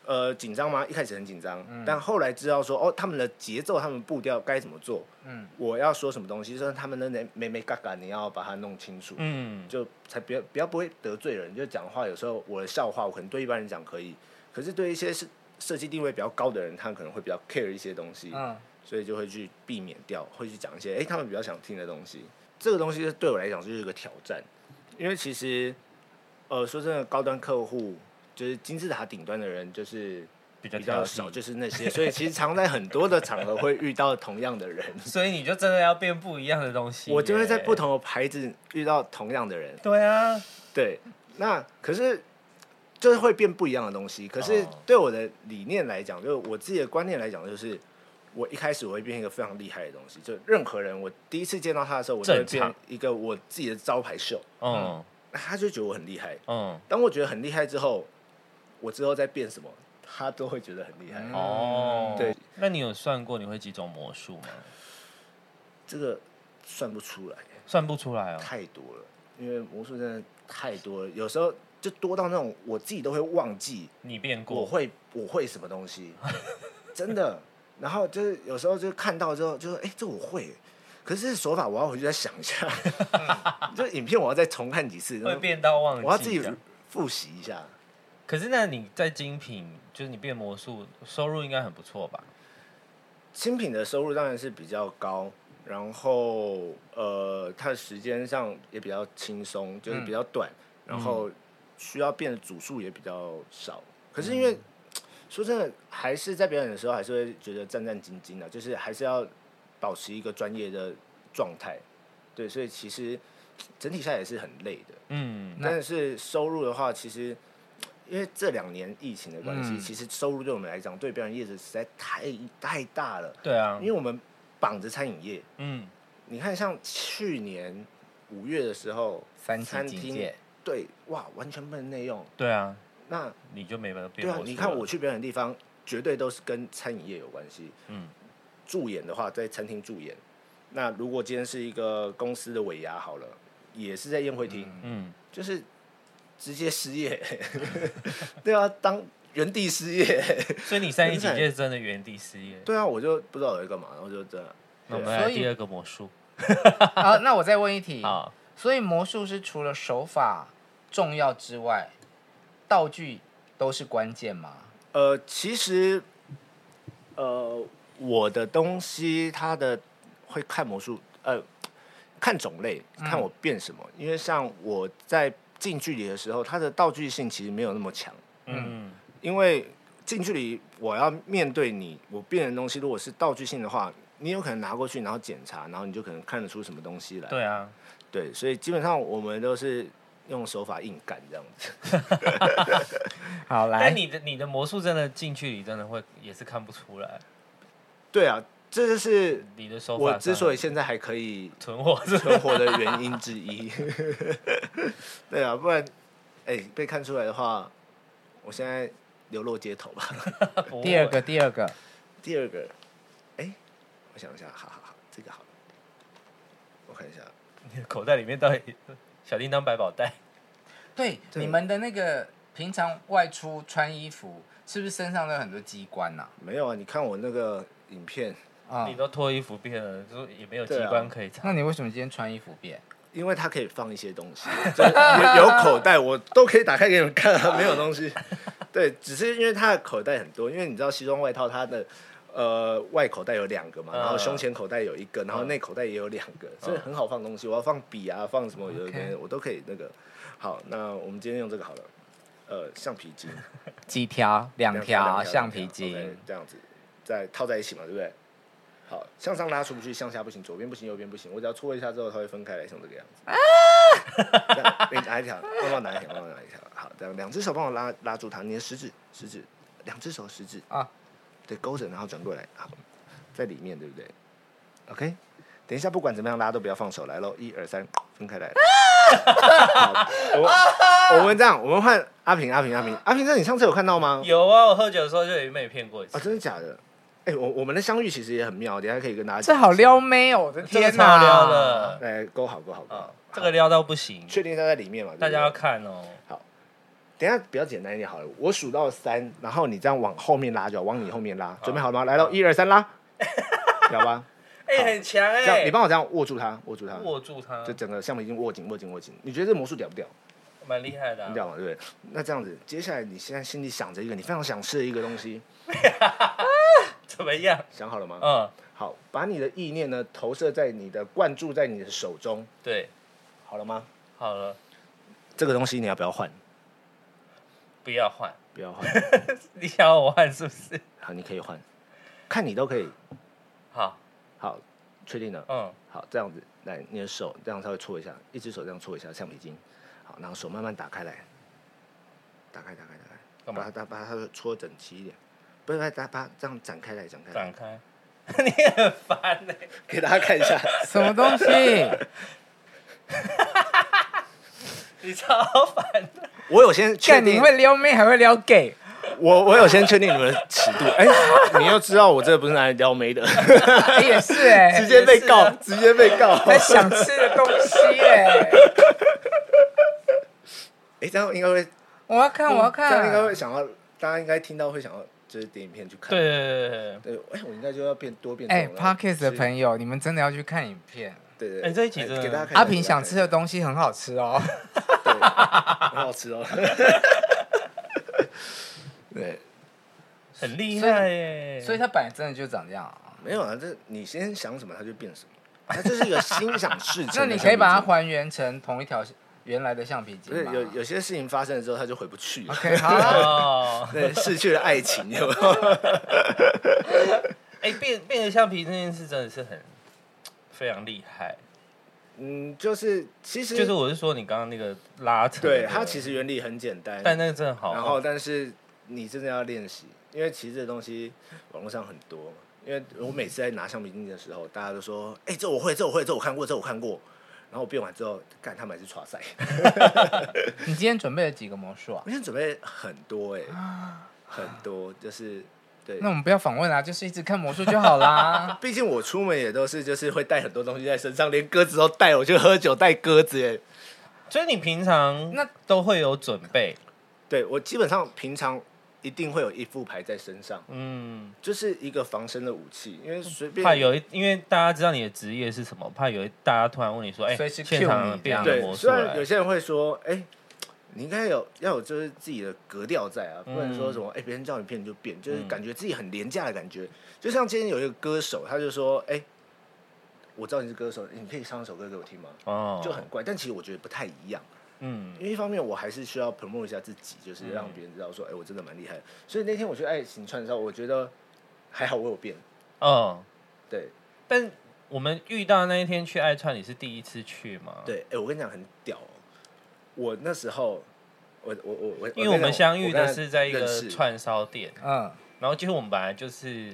S3: 呃紧张吗？一开始很紧张，
S2: 嗯
S3: 但后来知道说哦，他们的节奏、他们步调该怎么做，
S2: 嗯，
S3: 我要说什么东西，就是他们的那美美嘎嘎，你要把它弄清楚。
S5: 嗯，
S3: 就才不要不要不会得罪人，就讲话有时候我的笑话，我可能对一般人讲可以，可是对一些是设计定位比较高的人，他可能会比较 care 一些东西，
S2: 嗯，
S3: 所以就会去避免掉，会去讲一些哎、诶他们比较想听的东西。这个东西对我来讲就是一个挑战，因为其实呃说真的，高端客户就是金字塔顶端的人就是
S5: 比较
S3: 比较
S5: 挑剔
S3: 少，就是那些，所以其实常在很多的场合会遇到同样的人，
S5: 所以你就真的要变不一样的东西耶，
S3: 我就会在不同的牌子遇到同样的人。
S5: 对啊，
S3: 对，那可是就是会变不一样的东西。可是
S5: 哦
S3: 对我的理念来讲，就是我自己的观念来讲，就是我一开始我会变一个非常厉害的东西。就任何人，我第一次见到他的时候，我就会
S5: 正
S3: 变
S5: 常
S3: 一个我自己的招牌秀，
S5: 嗯
S3: 那他就觉得我很厉害。
S5: 嗯
S3: 当我觉得很厉害之后，我之后再变什么，他都会觉得很厉害。
S2: 嗯
S5: 哦，
S3: 对，
S5: 那你有算过你会几种魔术吗？
S3: 这个算不出来，
S5: 算不出来哦，
S3: 太多了，因为魔术真的太多了，有时候就多到那种我自己都会忘记。
S5: 你变过，
S3: 我会我会什么东 西，真的。然后就是有时候就看到之后，就说哎、诶这我会，可是手法我要回去再想一 下，就影片我要再重看几次，
S5: 会变到忘记，啊
S3: 我要自己复习一下。
S5: 可是那你在精品，就是你变魔术，收入应该很不错吧？
S3: 新品的收入当然是比较高，然后呃，它的时间上也比较轻松，就是比较短，然后需要变的组数也比较少。可是因为、说真的，还是在表演的时候，还是会觉得战战兢兢的、就是还是要保持一个专业的状态。对，所以其实整体下来也是很累的。
S5: 嗯，
S3: 但是收入的话，其实因为这两年疫情的关系，
S2: 嗯
S3: 其实收入对我们来讲，对表演业者实在太太大了。
S5: 对啊
S3: 因，为我们绑着餐饮业。
S5: 嗯，
S3: 你看，像去年五月的时候，
S2: 三级
S3: 餐
S2: 警
S3: 厅
S2: 戒，
S3: 对哇，完全不能内用。
S5: 对啊，
S3: 那
S5: 你就没办法变
S3: 对
S5: 魔
S3: 啊
S5: 术，了。
S3: 你看我去表演的地方，绝对都是跟餐饮业有关系。
S5: 嗯，
S3: 驻演的话，在餐厅驻演。那如果今天是一个公司的尾牙好了，也是在宴会厅，
S5: 嗯，
S3: 就是直接失业。 对啊，当原地失业。
S5: 所以你三一警
S3: 真
S5: 戒
S3: 的
S5: 真的原地失业。
S3: 对啊，我就不知道我在干嘛，然后就这样。
S5: 那我们
S3: 对
S5: 来
S2: 所以
S5: 第二个魔术
S2: 啊，那我再问一 题，
S5: 啊，
S2: 所以魔术师除了手法重要之外，道具都是关键吗？
S3: 呃，其实，呃，我的东西它的会看魔术，呃，看种类，看
S5: 嗯
S3: 我变什么。因为像我在近距离的时候，它的道具性其实没有那么强，
S5: 嗯，
S3: 因为近距离我要面对你，我变的东西如果是道具性的话，你有可能拿过去，然后检查，然后你就可能看得出什么东西来。
S5: 对啊，
S3: 对，所以基本上我们都是用手法硬干这样子。
S2: 好，来
S5: 但，你的你的魔术真的近距离真的会也是看不出来，
S3: 对啊，这就是
S5: 你的手法
S3: 我之所以
S5: 上
S3: 现在还可以
S5: 存活是
S3: 存活的原因之一。 对啊，不然，哎、被看出来的话，我现在流落街头吧。
S5: 不会
S2: 第二个，第二个，
S3: 第二个，哎、我想一下，好好好，这个好了，我看一下，
S5: 你的口袋里面到底小叮当百宝袋，
S2: 对，
S3: 对
S2: 你们的那个平常外出穿衣服，是不是身上都有很多机关呐、
S3: 没有啊？你看我那个影片，
S2: 啊？
S5: 你都脱衣服变了，就也没有机
S3: 对啊
S5: 关可以藏。
S2: 那你为什么今天穿衣服变？
S3: 因为它可以放一些东西， 就是有有口袋，我都可以打开给你们看 啊，没有东西。对，只是因为它的口袋很多，因为你知道西装外套它的呃外口袋有两个嘛，
S5: 嗯
S3: 然后胸前口袋有一个，然后
S5: 嗯
S3: 内口袋也有两个，所以很好放东西。我要放笔啊，放什么有的
S2: OK
S3: 我都可以那个。好，那我们今天用这个好了，呃，橡皮筋，
S2: 几条？两条橡皮
S3: 两条 OK，
S2: 筋。
S3: 这样子再套在一起嘛，对不对？好，向上拉出不去，向下不行，左边不行，右边不行。我只要搓一下之后，它会分开来，像这个样
S2: 啊
S3: 子。这样你拿一条，慢慢拿一条，慢慢拿一条。好，这样两只手帮我拉拉住它，你的食指、食指，两只手食指
S2: 啊，
S3: 对，勾着，然后转过来，好，在里面，对不对？OK，等一下，不管怎么样拉，都不要放手，来喽，一二三，分开来。
S2: 啊
S3: 好我我们这样，我们换阿平，阿平，阿平，阿平，这你上次有看到吗？
S5: 有啊，我喝酒的时候就已经被你骗过一次。
S3: 啊，真的假的？哎、我我们的相遇其实也很妙，等一下可以跟大家
S2: 这好撩妹哦！我的
S5: 这个
S2: 天
S5: 超
S2: 哪！
S5: 撩的
S3: 来勾好勾好勾
S5: 啊
S3: 好，，
S5: 这个撩到不行，
S3: 确定它在里面嘛？对不
S5: 大
S3: 对
S5: 家要看哦。
S3: 等一下比较简单一点好了，我数到三，然后你这样往后面拉就好，往你后面
S5: 哦
S3: 拉，准备好了吗？来喽，一二 三拉，好吧？
S5: 哎，很强
S3: 这样
S5: 哎，
S3: 你帮我这样握住它，握住它，
S5: 握啊住它
S3: 就，整个橡皮筋握紧握紧握紧。你觉得这魔术屌不屌？
S5: 蛮厉害的
S3: 很
S5: 啊。
S3: 屌嘛，对不对？那这样子，接下来你现在心里想着一个你非常想吃的一个东西，
S5: 怎么样？
S3: 想好了吗？
S5: 嗯，
S3: 好，把你的意念呢投射在你的灌注在你的手中，
S5: 对，
S3: 好了吗？
S5: 好了，
S3: 这个东西你要不要换？
S5: 不要换。
S3: 不要换，
S5: 你想要我换是不是？
S3: 好，你可以换，看你都可以。
S5: 好，
S3: 好，确定了。
S5: 嗯，
S3: 好，这样子，来，你的手这样稍微搓一下，一只手这样搓一下橡皮筋。好，然后手慢慢打开来，打开，打开，打开，
S5: 干
S3: 把它
S5: 嘛？
S3: 打把它搓整齐一点。不是，把它把它这样展开来，展开来，
S5: 展开。你很烦呢、
S3: 给大家看 一下。
S2: 什么东 西？
S5: 你超烦的。
S3: 我有先确
S2: 看你
S3: 定，
S2: 会撩妹还会撩 gay？
S3: 我我有先确定你们的尺度。 哎、你又知道我这不是拿来撩 妹的，
S2: 哎 也是哎，
S3: 直接被告，
S5: 也
S3: 直接被告。
S2: 很想吃的东西哎。
S3: 哎、这样应该会，
S2: 我要看，我要看。啊
S3: 这样应该会想要，大家应该听到会想要，就是点影片去看。
S5: 对对对对
S3: 对，哎、我应该就要变多变
S2: 哎 p o d c a s 的
S3: 友，
S2: 朋友，你们真的要去看影片。
S3: 对对，
S5: 哎这一集
S3: 哎
S5: 真的
S3: 给大家看一下
S2: 阿平想吃的，东西很好吃哦。
S3: 对， 很好吃哦。对，
S5: 对，很厉害耶、
S2: 所以它本来真的就长这样啊。
S3: 没有啊，这你先想什么，它就变什么，它就是一个心想事 成。
S2: 那你可以把它，还原成同一条原来的橡皮
S3: 不
S2: 筋
S3: 是
S2: 吗
S3: 有有些事情发生了之后，它就回不去了，
S2: ？OK，好啊，
S5: 哦，
S3: 对，失去了爱情， 有没有？
S5: 哎、变变得橡皮这件事真的是很非常厉害。
S3: 嗯，就是其实
S5: 就是我是说你刚刚那个拉扯的，
S3: 对它其实原理很简单，
S5: 但那个真的好，
S3: 然后但是你真的要练习，因为其实这东西网络上很多嘛，因为我每次在拿橡皮筋的时候，大家都说：“哎、这我会，这我会，这我看过，这我看过。”然后我变完之后，干他们还是 耍赛。
S2: 你今天准备了几个魔术啊
S3: 我？现在准备很多哎、很多就是对。
S2: 那。我们不要访问啦，就是一直看魔术就好啦
S3: 毕竟我出门也都是就是会带很多东西在身上，连鸽子都带。我去喝酒带鸽子哎耶。
S5: 所以你平常
S2: 那
S5: 都会有准备，
S3: 对我基本上平常一定会有一副牌在身上，
S5: 嗯，
S3: 就是一个防身的武器，因为随便
S5: 怕有一，因为大家知道你的职业是什么，怕有一大家突然问你说，哎、
S2: 随时 cue
S5: 现场
S2: 你这
S5: 变
S2: 样
S5: 成
S3: 对，
S5: 魔术
S3: 虽然有
S5: 了，
S3: 些人会说，哎、你应该有要有就是自己的格调在啊，不能说什么哎别、人叫你变你就变，就是
S5: 嗯
S3: 感觉自己很廉价的感觉。就像今天有一个歌手，他就说，哎、我知道你是歌手，你可以唱一首歌给我听吗？
S5: 哦
S3: 就很怪，但其实我觉得不太一样，
S5: 嗯
S3: 因为一方面我还是需要 promote 一下自己，就是让别人知道说，哎、我真的蛮厉害的。所以那天我去爱行串的时候，我觉得还好我有变，
S5: 哦，
S3: 对
S5: 但我们遇到那一天去爱串，你是第一次去吗？，
S3: 对，哎、我跟你讲很屌、哦，我那时候。我我我我，
S5: 因为我们相遇的是在一
S3: 我跟
S5: 个
S3: 他认识
S5: 串烧店，
S2: 嗯，
S5: 然后其实我们本来就是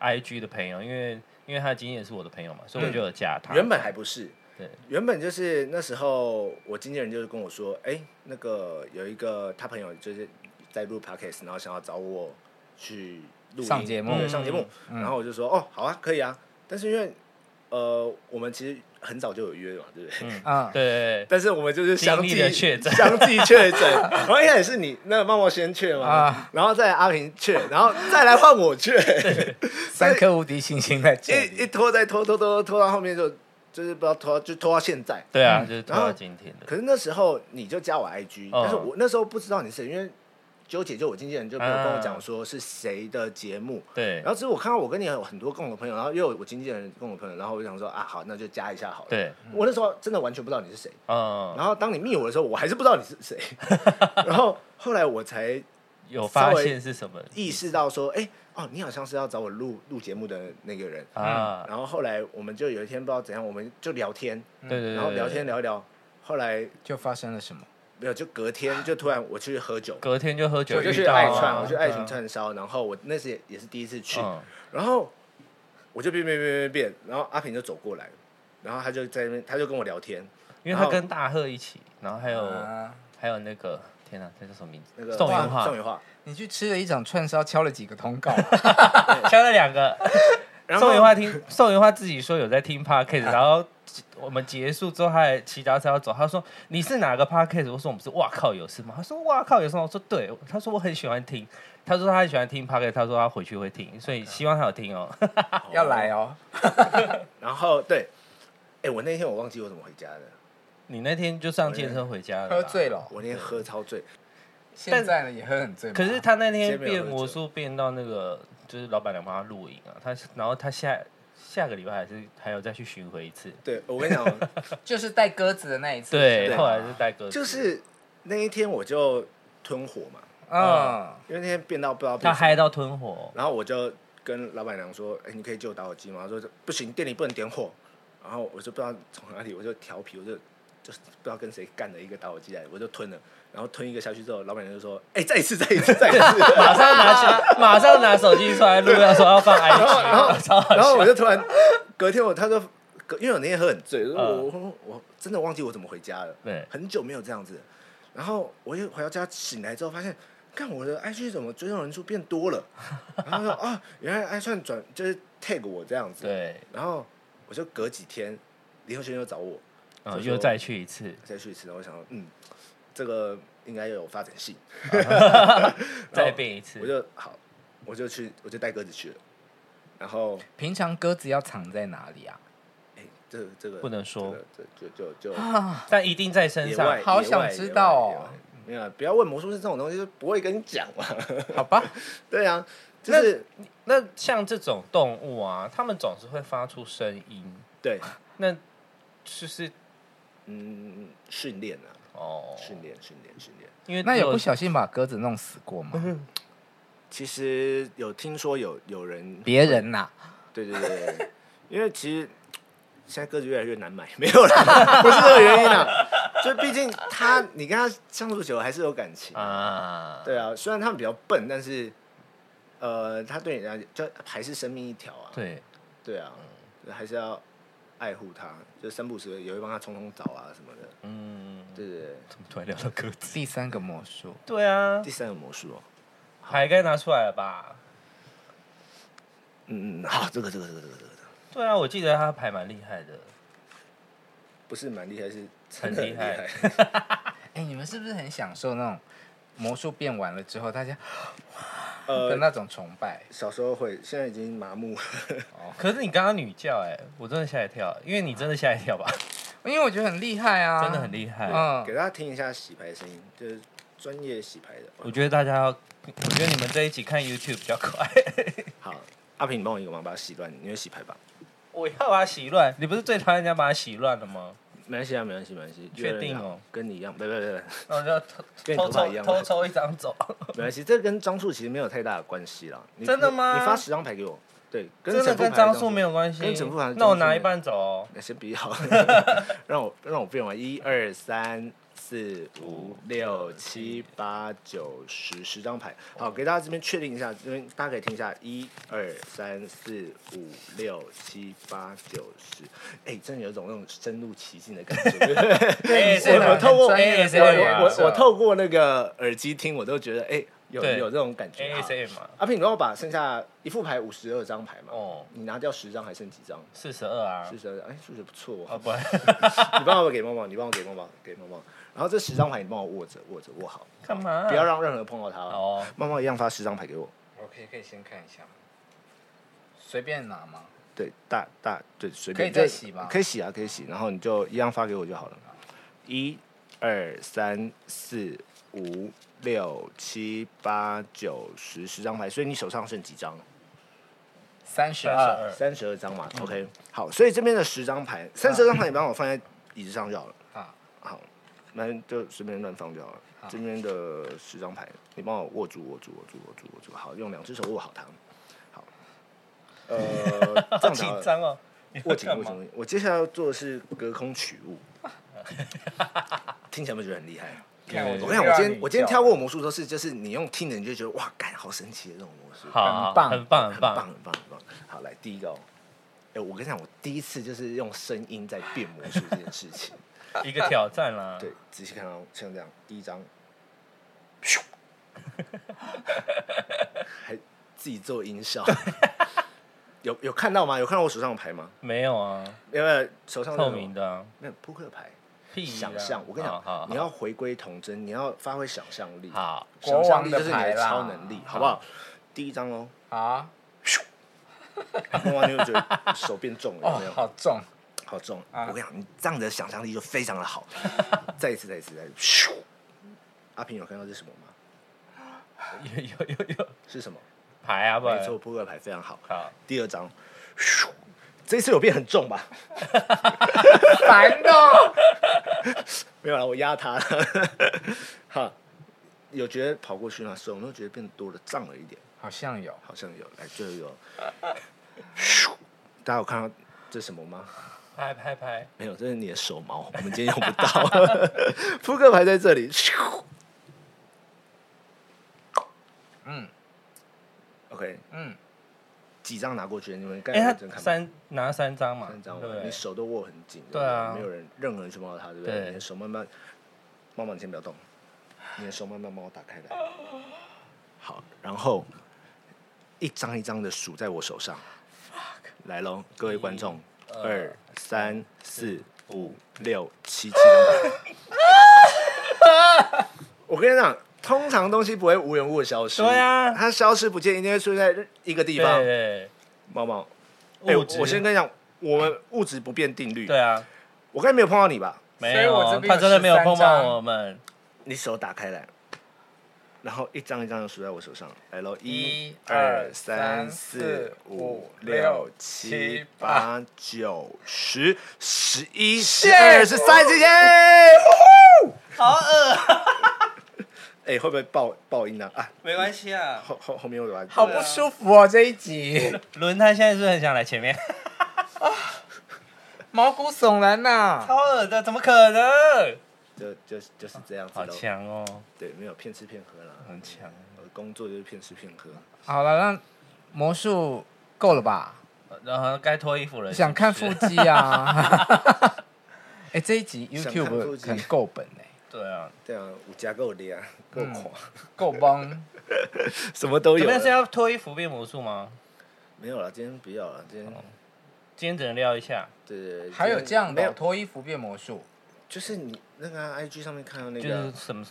S5: 呃 I G 的朋友，因为因为他今天也是我的朋友嘛，所以我就有加
S3: 嗯
S5: 他。
S3: 原本还不是，
S5: 对，
S3: 原本就是那时候我经纪人就是跟我说，哎、那个有一个他朋友就是在录 podcast，然后想要找我去录音
S2: 上节目
S3: 对，上节目，
S5: 嗯
S3: 然后我就说，哦，好啊，可以啊，但是因为呃，我们其实很早就有约嘛，对不对？
S5: 嗯
S2: 嗯
S5: 对对对，
S3: 但是我们就是相
S5: 经
S3: 继
S5: 历了确诊
S3: 相继确诊。然后一开始是你那个茂茂先确嘛，
S2: 啊
S3: 然后再来阿平确，然后再来换我确，
S2: 三颗无敌星星在这
S3: 一一
S5: 哎
S2: 里。
S3: 拖再拖拖拖拖到后面就就是不知道拖到就拖到现在。
S5: 对啊，就是拖
S3: 然
S5: 到
S3: 后
S5: 今天的。
S3: 可是那时候你就加我 IG，、
S5: 哦
S3: 但是我那时候不知道你是谁，因为纠结就我经纪人就没有跟我
S5: 啊
S3: 讲说是谁的节目。
S5: 对
S3: 然后只是我看到我跟你有很多共同朋友，然后又有我经纪人共同朋友，然后我就想说啊，好，那就加一下好了。，
S5: 对，
S3: 我那时候真的完全不知道你是谁。
S5: 嗯，
S3: 然后当你密我的时候，我还是不知道你是 谁。然后后来我才
S5: 有发现是什么
S3: 意识到说，哎、哦，你好像是要找我录录节目的那个人。
S5: 啊？
S3: 然后后来我们就有一天不知道怎样，我们就聊天，
S5: 对对对，
S3: 嗯然后聊天
S5: 聊，
S3: 聊一聊，后来
S2: 就发生了什么？
S3: 没有，就隔天就突然我去喝酒，
S5: 隔天就喝酒
S3: 我
S5: 遇到啊，
S3: 就去爱串，我去
S5: 就
S3: 爱情串烧，然后我那时也也是第一次去，
S5: 嗯
S3: 然后我就变变变变变，然后阿平就走过来，然后他就在那边，他就跟我聊天，
S5: 因为他跟大贺一起，然后还有
S2: 啊
S5: 还有那个，天哪，这叫什么名字？
S3: 那个
S5: 宋元化，
S3: 宋元化，
S2: 你去吃了一场串烧，敲了几个通 告，
S5: 敲了两个。
S3: 然后
S5: 宋元化听宋元化自己说有在听 podcast，然后我们结束之后，他还骑脚踏车要走，他说你是哪个 podcast？我说我们是哇靠有事吗？他说哇靠有事吗？我说对，他说我很喜欢听，他说他很喜欢听 podcast，他说他回去会听，所以希望他有听哦。
S2: 要来哦。
S3: 然后对，哎，我那天我忘记我怎么回家的，
S5: 你那天就上健身回家了，
S2: 喝醉。了，
S3: 我那天喝超醉，
S2: 现在呢也喝很醉吗。
S5: 可是他那天
S3: 先没有
S5: 变
S3: 喝酒
S5: 魔术变到那个，就是老板娘帮他录影啊，他然后他下下个礼拜还是还有再去巡回一次，
S3: 对我跟你讲，
S2: 就是带鸽子的那一次，
S5: 对，
S3: 对
S5: 后来是带歌，
S3: 就是那一天我就吞火嘛，
S2: 嗯，
S3: 因为那天变到不知道变
S5: 他
S3: 什么
S5: 嗨到吞火，
S3: 然后我就跟老板娘说：“哎、你可以借我打火机吗？”她说：“不行，店里不能点火。”然后我就不知道从哪里，我就调皮，我就就是不知道跟谁干了一个打火机来，我就吞了。然后吞一个下去之后，老板娘就说：“哎、再一次，再一次，再一 次。
S5: 马上拿起，马上拿手机出来录，要说要放 IG，
S3: 然后
S5: 超”好
S3: 然后
S5: 笑
S3: 我。就突然隔天我他说，隔因为我那天喝很醉，我
S5: 嗯
S3: 我我真的忘记我怎么回家了，
S5: 对
S3: 很久没有这样子。然后我一回到家醒来之后，发现。看我的 IG 怎么追踪人数变多了，然后说啊，原来 iTunes 转就是 tag 我这样子，
S5: 对，
S3: 然后我就隔几天，林佑轩又找我
S5: 嗯，
S3: 就说
S5: 又再去一次，
S3: 再去一次，然后我想说，嗯，这个应该有发展性，
S5: 再变一次
S3: 我。就好，我就去，我就带鸽子去了。然后，
S2: 平常鸽子要藏在哪里啊？
S3: 哎、这个这个
S5: 不能说
S3: 这个这就就就
S2: 啊，
S5: 但一定在身
S3: 野
S5: 上
S3: 外，，
S2: 好
S3: 野
S2: 想
S3: 外
S2: 知
S3: 野外
S2: 道
S3: 野
S2: 哦
S3: 外没有啊，不要问魔术师这种东西，就不会跟你讲嘛。
S2: 好 吧，
S3: 对啊，就是
S5: 那像这种动物啊，它们总是会发出声音，
S3: 对，
S5: 那就是
S3: 嗯，训练啊，
S5: 哦，
S3: 训练，训练，训练。
S5: 因为
S2: 那有
S5: 如
S2: 不
S5: 果
S2: 小心把鸽子弄死过
S5: 嗯
S2: 吗？
S3: 其实有听说有有人
S2: 别人呐、
S3: 对对对，对因为其实现在鸽子越来越难买， 没有啦，不是这个原因啦。就毕竟他，你跟他相处久了还是有感情。
S5: 啊，
S3: 对啊，虽然他们比较笨，但是呃，它对你来讲就还是生命一条啊。
S5: 对，
S3: 对啊，还是要爱护它，就三不五时也会帮它冲冲澡啊什么的。
S5: 嗯，
S3: 对对对，
S5: 怎么突然聊到鸽子？
S2: 第三个魔术，
S5: 对啊
S3: 第，三个魔术哦，
S5: 牌该拿出来了吧？
S3: 嗯嗯，好，这个这个这个这个这个，
S5: 对啊，我记得他牌蛮厉害的，
S3: 不是蛮厉害，是真
S5: 很
S3: 的
S5: 厉害
S3: 害。
S2: 哎，你们是不是很享受那种魔术变完了之后大家的
S3: 呃，
S2: 那种崇拜？
S3: 小时候会，现在已经麻木了。哦
S5: 可是你刚刚女教哎、我真的吓一跳，因为你真的吓一跳吧？
S2: 因为我觉得很厉害啊，
S5: 真的很厉害
S2: 嗯
S3: 给，大家听一下洗牌的声音，就是专业洗牌
S5: 我
S3: 的。
S5: 觉得大家要，我觉得你们这一集看 YouTube 比较快。
S3: 好，阿平，你帮我一个忙，把它洗乱。你会洗牌吧？
S5: 我要把它洗乱，你不是最讨厌人家把它洗乱了吗？
S3: 没关系啊，没关系，没关系。
S5: 确定
S3: 有人
S5: 哦
S3: 要跟你一样，不不不，
S5: 然后就偷
S3: 跟你
S5: 偷
S3: 头发
S5: 抽
S3: 一样
S5: 偷抽一张走，
S3: 不没关系。这跟张数其实没有太大的关系啦。你
S5: 真的吗
S3: 你你发十张牌给我，对， 跟
S5: 真的
S3: 整副牌
S5: 跟
S3: 的
S5: 张数没有关系
S3: 跟整副牌。的
S5: 那
S3: 张
S5: 我
S3: 数
S5: 拿
S3: 没
S5: 一
S3: 有
S5: 半走哦。
S3: 那先不要，让我让我变完，一二三四五六七八九十十张牌。好，给大家这边确定一下，这边大家可以听一下，一二三四五六七八九十。哎、真的有一种那种深入其境的感觉。
S5: 哎，
S2: 是的
S3: 我透过
S2: 很专业的
S5: 哎是
S3: 我
S5: 的
S2: 表演
S3: 我我我
S2: 是
S3: 透过那个耳机听，我都觉得哎、有
S5: 对
S3: 有这种感觉。好
S5: ASM 嘛，
S3: 阿平，你帮我把剩下一副牌五十二张牌嘛，
S5: 哦
S3: 你拿掉十张还剩几张？
S5: 四十二啊
S3: 四，十二张，哎，数学不错哦。
S2: 啊
S5: 哦 不，
S3: 你帮我给猫猫，你帮我给猫猫，给猫猫。然后这十张牌你帮我握着，握着握好，
S5: 干嘛？
S3: 不要让任何人碰到它哦。
S5: 哦，
S3: 猫猫一样发十张牌给我，
S2: 我可以可以先看一下，随便拿吗？
S3: 对，大大对，随便
S2: 可以再
S3: 就
S2: 洗吗
S3: 可以洗啊，可以洗。然后你就一样发给我就好了。一、二、三、四、五、六、七、八、九、十，十张牌，所以你手上剩几张？
S2: 三十
S5: 三十
S2: 二，
S5: 二，
S3: 啊三十二张嘛。OK，好，所以这边的十张牌，三十二张牌你帮我放在椅子上就好了。
S2: 啊，
S3: 好，那就随便乱放就好了。
S2: 好
S3: 这边的十张牌，你帮我握住，握住，握住，握住，握住。好，用两只手握好它。好，呃，这
S5: 好
S3: 样子
S5: 紧
S3: 好了
S5: 张哦。你
S3: 握
S5: 要
S3: 紧，
S5: 干
S3: 握紧。
S5: 嘛
S3: 握？紧我接下来要做的是隔空取物，听起来有没有觉得很厉害？
S2: 看我
S5: 对
S3: 我
S2: 就
S3: 跟你
S2: 让
S3: 讲，我今天
S2: 你
S3: 我今天
S2: 叫
S3: 跳过魔术都是，就是你用听的你就觉得哇，干好神奇的这种魔术，
S5: 好好，
S2: 很棒
S5: 很棒，很
S3: 很
S5: 棒
S3: 棒，很棒，很棒。好，来第一个哦。哎，我跟你讲，我第一次就是用声音在变魔术这件事 情。
S5: 一个挑战啦。
S3: 对，仔细看到像这样，第一 张，还自己做音效，有有看到吗？有看到我手上的牌吗？
S5: 没有啊，
S3: 因为手上那
S5: 透
S3: 种
S5: 明，的啊，
S3: 没有扑克牌。
S5: 屁啦
S3: 想象，我跟你
S5: 好好
S3: 讲，你要回归童真，你要发挥想象力。
S5: 好，
S3: 想象力就是你
S2: 国王的牌
S3: 的
S2: 啦
S3: 超能力，
S2: 好
S3: 好不好？第一张哦，
S2: 好啊，
S3: 摸完你就觉得手变重了，有没
S2: 哦，
S3: 有？
S2: 好重，
S3: 好重！
S2: 啊
S3: 我跟你讲，你这样的想象力就非常的好。再一次，再一次，再一次咻！阿平有看到这是什么吗？
S5: 有有有有
S3: 是什么？
S5: 牌啊，不然
S3: 没错，，扑克牌非常好。
S5: 好，
S3: 第二张，咻这次有变很重吧？
S2: 烦哦。
S3: 没有啦，我压他了。 哈，有觉得跑过去吗？手有没有觉得变多了，胀了一点？
S2: 好像有，
S3: 好像有。来，最后一个哦，咻大家有看到这什么吗？
S5: 拍拍拍，
S3: 没有，这是你的手毛，我们今天用不到。 扑克牌在这里。咻
S2: 嗯
S3: OK，
S2: 嗯，
S3: 几张拿过去？你们刚才
S5: 哎，
S3: 认真
S5: 他
S3: 看吗？
S5: 三拿三张嘛，
S3: 三
S5: 对
S3: 张
S5: 不
S3: 完了，
S5: 对
S3: 你？手都握很紧，
S5: 对啊
S3: 不没有人任何人去摸到它，对不对？
S5: 对
S3: 你的手慢慢，妈妈你先不要 动，你的手慢慢帮我打开来，好，然后一张一张的数在我手上，来喽，各位观众，二三四五六七七张牌， 我跟你讲。通常东西不会无缘无故地消失，
S5: 对啊
S3: 它消失不见，一定会出现在一个地方。
S5: 对
S3: 猫猫，哎、
S5: 对，
S3: 我
S5: 物质
S3: 我先跟你讲，我们物质不变定律。
S5: 对啊，
S3: 我刚才没有碰到你吧？
S5: 没
S2: 所以我
S5: 有
S2: 这，边
S5: 他
S2: 有
S5: 真的没有
S2: 13
S5: 碰
S2: 张
S5: 到我们，
S3: 你手打开来，然后一张一张的数在我手上。来喽，
S2: 一
S3: 二
S2: 二
S3: 三
S2: 三
S3: 四
S2: 四
S3: 五
S2: 五
S3: 六
S2: 六
S3: 七
S2: 七
S3: 八九十十一十
S2: 谢
S3: 二十三十耶！
S5: 好恶，
S3: 哎、会不会爆爆音呢、啊？
S5: 没关系啊。
S3: 后后后面我把它
S2: 好不舒服哦这一集，
S5: 轮胎现在是不是很想来前面？
S2: 毛骨悚然呐。
S5: 超恶的，怎么可能？
S3: 就就就是这样子
S5: 好
S3: 喽。
S5: 强哦，
S3: 对，没有骗吃骗喝啦。
S5: 很强。
S3: 呃工作就是骗吃骗喝。
S2: 好了，那魔术够了吧？
S5: 然后该脱衣服了。
S2: 想看
S5: 是
S2: 腹
S5: 不是？
S2: 肌啊！ 哎、这一集
S3: 想看腹
S2: YouTube
S3: 肌
S2: 很够本哎、
S5: 对啊，
S3: 对啊，五加够力啊，够狂，
S2: 嗯够 帮。
S3: 什么都
S5: 嗯怎
S3: 有
S5: 么样是
S3: 了。
S5: 要脱衣服变魔术吗？
S3: 没有了，今天不要了，今
S5: 哦
S3: 天
S5: 今天只能聊一下。
S3: 对对对，
S2: 还有
S3: 今天
S2: 这样
S3: 没
S2: 的哦
S3: 有，
S2: 脱衣服变魔 术，
S3: 就是你那个啊 IG 上面看到那
S5: 就
S3: 个
S5: 是
S3: 啊，
S5: 什么，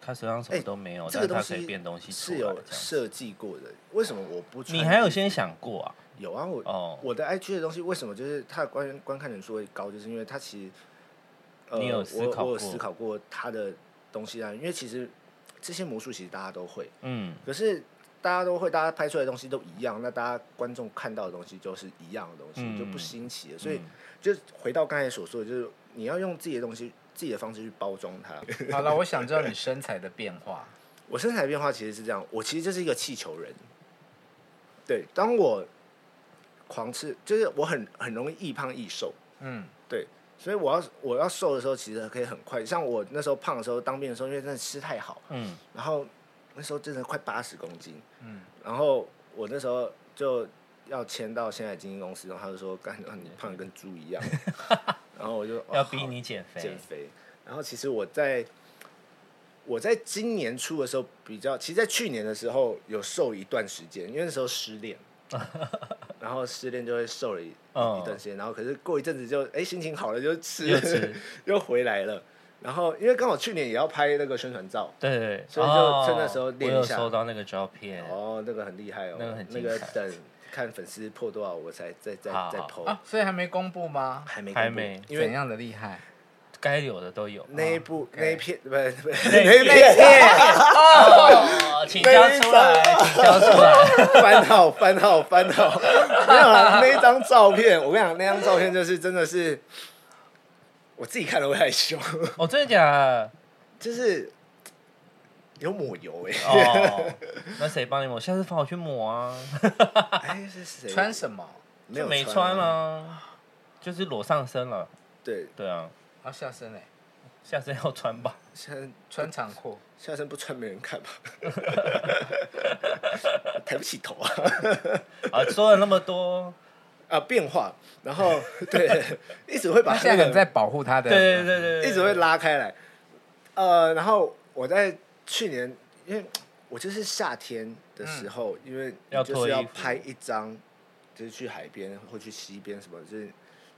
S5: 他身上什么
S3: 哎
S5: 都没有，
S3: 这
S5: 但
S3: 个
S5: 是
S3: 东
S5: 他可以
S3: 西
S5: 变东西出
S3: 是
S5: 来。
S3: 有
S5: 这样
S3: 设计过的，为什么我不穿？
S5: 你还有先想过啊？
S3: 有啊，我、
S5: 哦
S3: 我的 IG 的东西为什么就是它的观观看人数会高，就是因为它其实，呃，
S5: 你有思考
S3: 我我有
S5: 过
S3: 思考过它的东西啊，因为其实这些魔术其实大家都会，
S5: 嗯，
S3: 可是大家都会，大家拍出来的东西都一样，那大家观众看到的东西就是一样的东西，
S5: 嗯
S3: 就不新奇了。所以
S5: 嗯
S3: 就回到刚才所说的，就是你要用自己的东西、自己的方式去包装它。
S2: 好了，我想知道你身材的变化。
S3: 我身材的变化其实是这样，我其实就是一个气球人。对，当我狂吃，就是我很很容易易胖易瘦。
S2: 嗯，
S3: 对，所以我要我要瘦的时候，其实可以很快。像我那时候胖的时候，当兵的时候，因为真的吃太好，
S5: 嗯，
S3: 然后那时候真的快八十公斤，
S2: 嗯
S3: 嗯，然后我那时候就要签到现在经纪公司，然后他就说：“干，你胖得跟猪一 样。”然后我就、哦
S5: 要逼
S3: 好
S5: 你减肥
S3: 减。肥。然后其实我在我在今年初的时候比较，其实，在去年的时候有瘦一段时间，因为那时候失 恋，然后失恋就会瘦了一、
S5: 嗯
S3: 一段时间，然后可是过一阵子就哎心情好了就吃
S5: 又吃
S3: 又回来了。然后因为刚好去年也要拍那个宣传照，
S5: 对对对，
S3: 所以就
S5: 哦
S3: 趁那时候练一下
S5: 我有收到那个照片，
S3: 哦，那个很厉害哦，
S5: 那个很精彩
S3: 等看粉丝破多少我才再再
S5: 好
S3: 再
S5: 好
S3: PO，、
S2: 啊，所以还没公布吗？
S3: 还没
S5: 还
S3: 公布
S5: 没
S3: 因为
S2: 怎样哦的厉害？
S5: 该有的都有。
S3: 那一部、那一片不是不是
S5: 那
S3: 那一片。
S5: 哦，请交出来，请交出来。
S3: 翻好翻好翻好，没有啦，那一张照片，我跟你讲，那张照片就是真的是我自己看了会害羞，
S5: 哦，真的假的？
S3: 就是有抹油哎、
S5: 哦，那谁帮你抹？下次放我去抹啊。
S3: 哎是谁
S2: 穿什么？
S3: 没有
S5: 没
S3: 穿
S5: 穿
S3: 啊？
S5: 啊，就是裸上身了。
S3: 对，
S5: 对啊，
S2: 啊，下身哎、
S5: 下次要穿吧。
S3: 下身
S2: 穿长裤。
S3: 下身不穿没人看吧？抬不起头啊
S5: 啊，说了那么多，
S3: 啊变化，然 后对，一直会把
S2: 他现在
S3: 那
S2: 很
S3: 个
S2: 在保护他的。
S5: 对对对对对，
S3: 一直会拉开来。呃，然后我在去年，因为我就是夏天的时候，因为
S5: 嗯要
S3: 你就是要
S5: 脱衣服
S3: 拍一张，就是去海边或去溪边什么，就是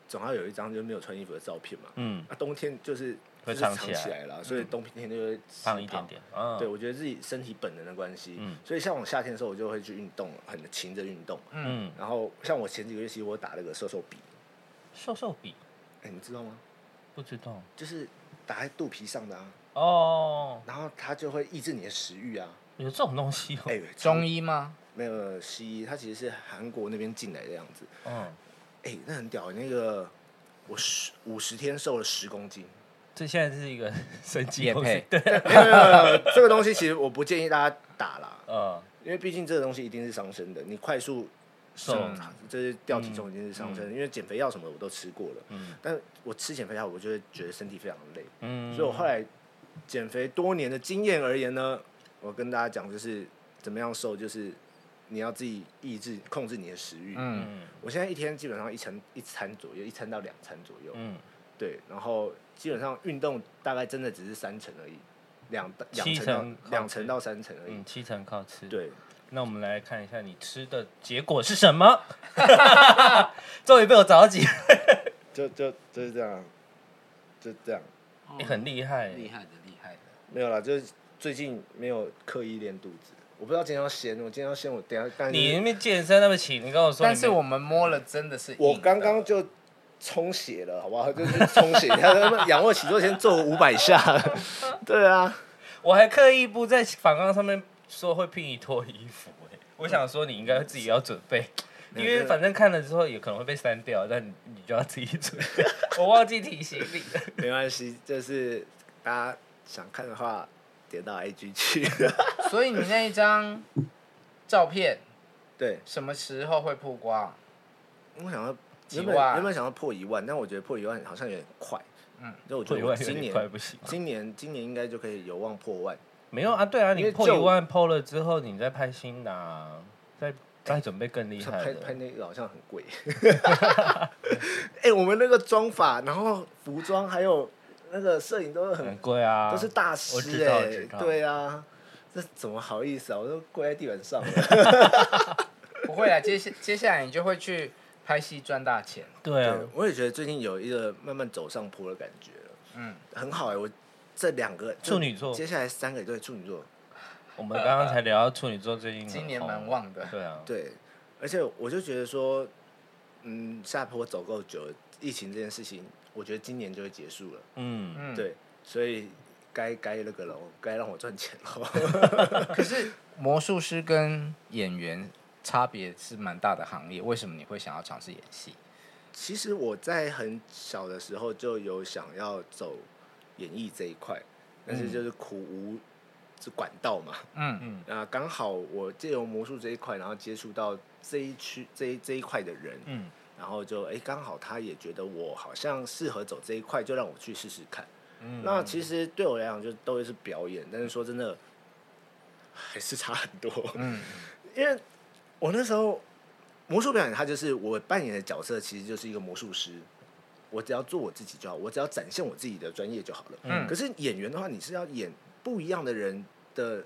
S3: 总要有一张就是没有穿衣服的照片嘛。
S5: 嗯
S3: 那、冬天就是
S5: 会
S3: 就是
S5: 藏
S3: 藏
S5: 起来嗯
S3: 起来了，所以冬天就会吃
S5: 胖一点点。嗯，
S3: 对，我觉得自己身体本能的关系，
S5: 嗯
S3: 所以像我夏天的时候，我就会去运动，很勤着运动。
S5: 嗯，
S3: 然后像我前几个月，其实我打了个瘦瘦笔，
S5: 瘦瘦笔
S3: 哎，你知道吗？
S5: 不知道
S3: 就是打在肚皮上的啊。
S5: 哦，
S3: 然后它就会抑制你的食欲啊。
S5: 有这种东西哦。
S3: 哎、
S2: 中
S3: 医
S2: 医吗？
S3: 没有没有西医，它其实是韩国那边进来的样子。
S5: 嗯，
S3: 哎、那很屌，那个我十五十天瘦了十公斤。
S5: 这现在是一个 神奇
S2: 业
S5: 东
S2: 配
S5: 西。对，
S3: 没有没有没有没有，这个东西其实我不建议大家打啦，
S5: 嗯，
S3: 因为毕竟这个东西一定是伤身的。你快速啊
S5: 瘦
S2: 嗯
S3: 就是掉体重一定是伤身的，因为减肥药什么我都吃过了，
S5: 嗯
S3: 但我吃减肥药我就会觉得身体非常累，
S5: 嗯，
S3: 所以我后来减肥多年的经验而言呢，我跟大家讲就是怎么样瘦，就是你要自己抑制控制你的食欲。
S2: 嗯，
S5: 嗯
S3: 我现在一天基本上一餐一餐左右，一餐到两餐左右，
S5: 嗯，
S3: 对，然后基本上运动大概真的只是三成而已，两两
S5: 七
S3: 成
S5: 成
S3: 到
S5: 靠
S3: 两
S5: 吃
S3: 成到三成而已
S5: 嗯，。七成靠吃。，
S3: 对，
S5: 那我们来看一下你吃的结果是什么。 终于被我找起，
S3: 就就就是这样，就这样，
S5: 你很厉害，
S2: 害的，厉害的。
S3: 没有啦，就是最近没有刻意练肚子，我不知道今天要先，我今天要先，我等一下，但是
S5: 你那边健身那么勤，你跟我说你没，
S2: 但是我们摸了真的是硬的
S3: 我刚刚就充血了，好不好？就是充血，他们仰卧起坐先做五百下， 对啊，
S5: 我还刻意不在反纲上面说会聘你脱衣服、欸，我想说你应该自己要准 备，因为反正看了之后也可能会被删掉，但你你就要自己准备。 我忘记提醒你了，
S3: 没关系，就是大家想看的话，点到 IG 去。
S2: 所以你那一张照片
S3: 对，
S2: 什么时候会曝光？
S3: 我想要
S2: 几
S3: 原本
S2: 万
S3: 原本想要破一万，但我觉得破一万好像有点快，
S2: 嗯
S3: 嗯，所以我觉得
S5: 破一
S3: 我
S5: 万有
S3: 今
S5: 点
S3: 年
S5: 快不行啊
S3: 今年今年应该就可以有望破万。
S5: 没有啊，对啊，
S3: 因
S5: 你
S3: 为
S5: 破
S3: 就
S5: 一万破了之后，你再拍新的、啊，再再准备更厉
S3: 他
S5: 害
S3: 拍
S5: 的。
S3: 拍那个好像很 贵。 哎、我们那个妆法，然后服装，还有那个摄影都是很
S5: 很贵啊，
S3: 都是大
S5: 我
S3: 师
S5: 知道
S3: 哎、
S5: 我知道
S3: 对啊，这怎么好意思啊？我都跪在地板上了。
S2: 不会啊，接下接下来你就会去拍戏赚大钱。
S5: 对啊
S3: 对，， 我也觉得最近有一个慢慢走上坡的感觉了，
S2: 嗯，
S3: 很好哎、我这两个
S5: 处女座
S3: 接下来三个对处女座，
S5: 我们刚刚才聊到处女座最近很
S2: 今年
S5: 红
S2: 蛮旺的
S5: 对啊，
S3: 对，而且我就觉得说，嗯，下坡走够久了，疫情这件事情，我觉得今年就会结束了，
S5: 嗯，
S2: 嗯，。
S3: 对，所以该该那个了，该让我赚钱了。
S2: 可是魔术师跟演员差别是蛮大的行业，为什么你会想要尝试演戏？
S3: 其实我在很小的时候就有想要走演艺这一块，但是就是
S5: 嗯
S3: 苦无这管道嘛。
S2: 嗯
S3: 那刚好我借由魔术这一块，然后接触到这一区这一这一块的人，
S5: 嗯，
S3: 然后就哎刚好他也觉得我好像适合走这一块，就让我去试试看。
S5: 嗯
S3: 那其实对我来讲，就都会是表演，但是说真的，还是差很多。
S2: 嗯，
S3: 因为我那时候魔术表演，它就是我扮演的角色，其实就是一个魔术师。我只要做我自己就好，我只要展现我自己的专业就好了。
S2: 嗯
S3: 可是演员的话，你是要演不一样的人的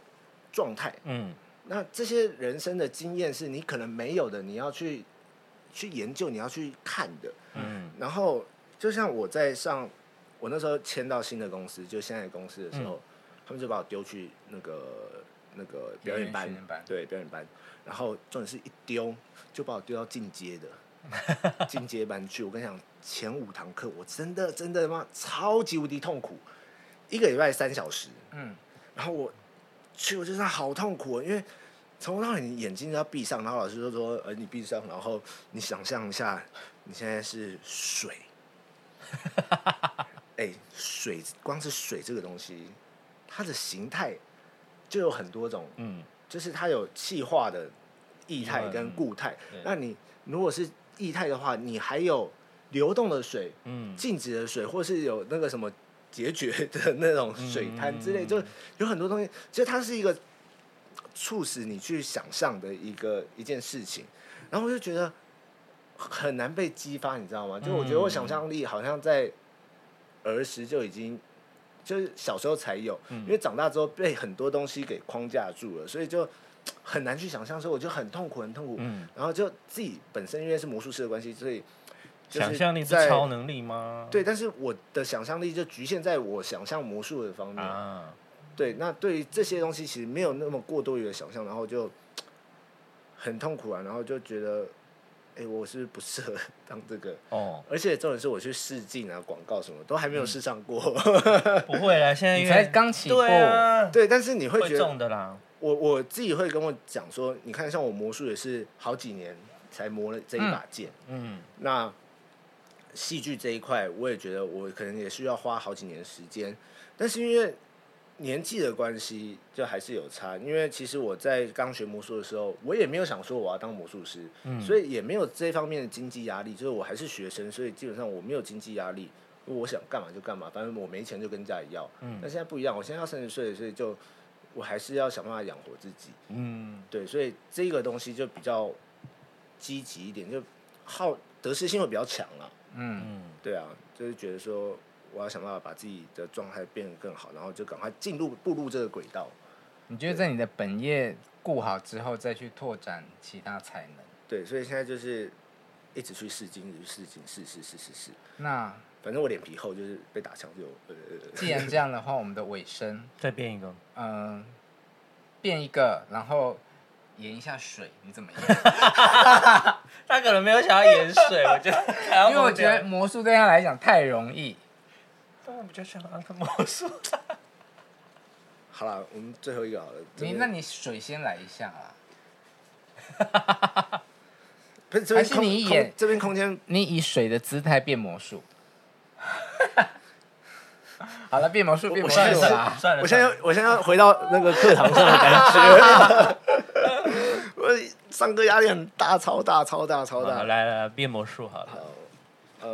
S3: 状态，
S5: 嗯
S3: 那这些人生的经验是你可能没有的，你要去去研究，你要去看的。
S5: 嗯
S3: 然后就像我在上我那时候签到新的公司，就现在的公司的时候，他们就把我丢去那个那个表演
S2: 嗯演员
S3: 班
S2: 训练班，
S3: 对表演班。然后重点是一丢就把我丢到进阶的 进阶班去。我跟你讲，前五堂课我真的真的妈超级无敌痛苦，一个礼拜三小时。
S2: 嗯，
S3: 然后我去，我就算好痛苦、哦，因为从头到尾你眼睛都要闭上，然后老师就说：“呃，你闭上，然后你想象一下，你现在是水。”哎、水光是水这个东西，它的形态就有很多种，
S5: 嗯，
S3: 就是它有气化的液态跟固态。
S5: 对
S3: 那你如果是液态的话，你还有流动的水，
S5: 嗯
S3: 静止的水，或是有那个什么解决的那种水滩之类，
S5: 嗯
S3: 就有很多东西，其实它是一个促使你去想象的一个一件事情。然后我就觉得很难被激发，你知道吗？
S5: 嗯
S3: 就我觉得我想象力好像在儿时就已经。就是小时候才有，
S5: 嗯
S3: 因为长大之后被很多东西给框架住了，所以就很难去想象，所以我就很痛苦，很痛苦。
S5: 嗯
S3: 然后就自己本身因为是魔术师的关系，所以就是
S5: 想象力是
S3: 在
S5: 超能力吗？
S3: 对，但是我的想象力就局限在我想象魔术的方面。
S5: 啊，
S3: 对，那对于这些东西，其实没有那么过多余的想象，然后就很痛苦啊，然后就觉得，哎、我是不是不适合 当这个。
S5: 哦，
S3: 而且重点是我去试镜啊、广告什么都还
S5: 嗯
S3: 没有试上过。
S5: 不会啦，现在
S2: 你
S5: 因
S2: 才
S5: 为
S2: 刚起步
S5: 对啊，
S3: 对，但是你会
S5: 会
S3: 觉
S5: 中
S3: 得，
S5: 的啦，
S3: 我我自己会跟我讲说，你看，像我魔术也是好几年才磨了这一把剑。
S5: 嗯
S3: 那戏剧这一块，我也觉得我可能也需要花好几年时间，但是因为年纪的关系，就还是有差。因为其实我在刚学魔术的时候，我也没有想说我要当魔术师，所以也没有这方面的经济压力。就是我还是学生，所以基本上我没有经济压力，我想干嘛就干嘛，反正我没钱就跟家里要。嗯，但现在不一样，我现在要三十岁，所以就我还是要想办法养活自己。
S5: 嗯，
S3: 对，所以这个东西就比较积极一点，就好得失心会比较强啊。
S2: 嗯，
S3: 对啊，就是觉得说我要想办法把自己的状态变得更好，然后就赶快进入步入这个轨道。
S2: 你觉得在你的本业顾好之后，再去拓展其他才能？
S3: 对，所以现在就是一直去试镜，一直去试镜，试试试试试。
S2: 那
S3: 反正我脸皮厚，就是被打枪就呃，
S2: 既然这样的话，我们的尾声，
S5: 再变一个，
S2: 嗯、变一个，然后演一下水，你怎么样？
S5: 他可能没有想要盐水，我觉得，
S2: 因为我觉得魔术对他来讲太容易。
S5: 当然比较像阿克魔术，
S3: 好了，我们最后一个好了。这
S2: 你
S3: 边
S2: 那你水先来一下啊啦。
S3: 不是这
S2: 还
S3: 边
S2: 是
S3: 空
S2: 你
S3: 空
S2: 演
S3: 这边 空间
S2: 你以水的姿态变魔术。 好了，变魔术，变魔术
S3: 算了
S5: 算
S2: 啦
S5: 了。算了，
S3: 我现在我现在要回到那个课堂上的 感觉， 我上课压力很大，超大，超大，超
S5: 好
S3: 大。
S5: 来来来变魔术好了，
S3: 呃，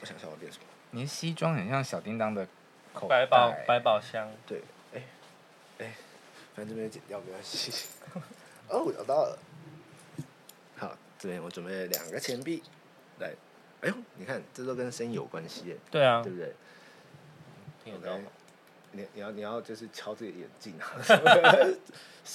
S3: 我想想我要变什么？
S2: 你的西装很像小叮当的
S3: 口
S5: 百宝
S3: 袋
S5: 百宝箱，
S3: 对，哎、哎、反正这边剪掉没关系。 哦，找到了。好，这边我准备了两个钱币，来，哎呦，你看，这都跟声音有关系耶，
S5: 对
S2: 嗯
S5: 啊
S3: 对，不对？
S5: 听得到
S3: OK，
S5: 吗？
S3: 你你要你要就是敲自己的眼镜啊，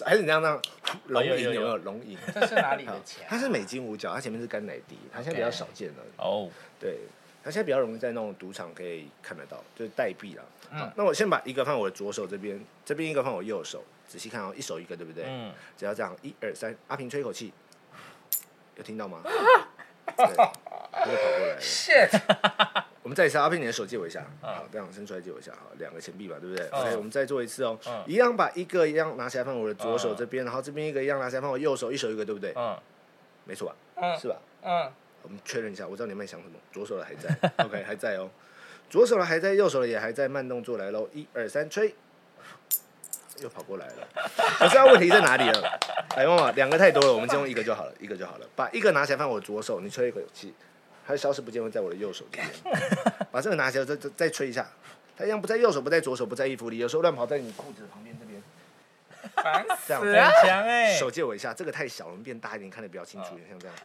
S3: 还是你这样那样龙
S5: 有
S3: 吟
S2: 哎
S5: 有
S3: 有没
S5: 有
S3: 有龙吟？
S2: 这是哪里
S3: 好
S2: 的钱啊？
S3: 它是美金五角，它前面是甘乃迪，它现在比较少见了。
S5: 哦，
S3: 对，它现在比较容易在那种赌场可以看得到，就是代币啦。
S2: 嗯
S3: 好，那我先把一个放我的左手这边，这边一个放我右手，仔细看哦，一手一个，对不对？
S5: 嗯，
S3: 只要这样，一二三，阿平吹一口气，有听 到吗？对，他就跑过来了。
S2: shit，
S3: 我们再一次，阿平，你的手借我一下。
S5: 嗯
S3: 好，这样伸出来借我一下。好，两个钱币吧，对不对、
S5: 嗯
S3: o k 我们再做一次哦、
S5: 嗯
S3: 一样把一个一样拿起来放我的左手
S5: 嗯
S3: 这边，然后这边一个一样拿起来放我右手，一手一个，对不对？
S5: 嗯，
S3: 没错吧？
S2: 嗯
S3: 是吧？
S2: 嗯，
S3: 我们确认一下，我知道你们在想什么。左手的还在，OK，还在哦。左手的还在，右手的也还在，慢动作来喽！一二三，吹，又跑过来了。我知道问题在哪里了。哎，妈妈，两个太多了，我们只用一个就好了，一个就好了。把一个拿起来放我左手，你吹一口气，它消失不见，会在我的右手这边。把这个拿起来，再再再吹一下，它一样不在右手，不在左手，不在衣服里，有时候乱跑在你裤子旁边这边。
S2: 烦
S3: 这样
S2: 死
S5: 很
S2: 了。
S5: 强哎，
S3: 手借我一下，这个太小了，我们变大一点，看得比较清楚，像这样。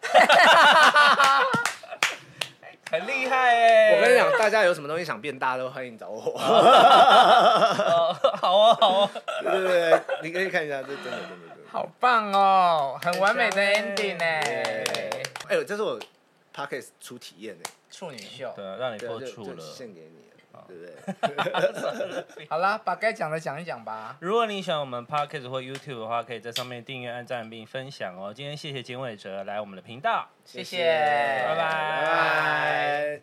S2: 很厉害哎！
S3: 我跟你讲，大家有什么东西想变大都欢迎找我。
S5: 哦，好啊好啊，
S3: 对对对，你可以看一下，这真的真的真的。
S2: 好棒哦，很完美的
S5: 很强
S2: ending 哎！
S3: 哎呦，这是我 podcast 初体验呢，
S2: 处女秀。
S5: 对啊，让你
S3: 对
S5: 破
S3: 啊，就
S5: 处
S3: 就
S5: 了。
S3: 献给你了，对不对？
S2: 好啦，把该讲的讲一讲吧。
S5: 如果你喜欢我们 podcast 或 YouTube 的话，可以在上面订阅、按赞并分享哦。今天谢谢简伟哲来我们的频道。
S2: 谢
S3: 谢
S2: 谢
S3: 谢，
S5: 拜拜
S3: 拜拜。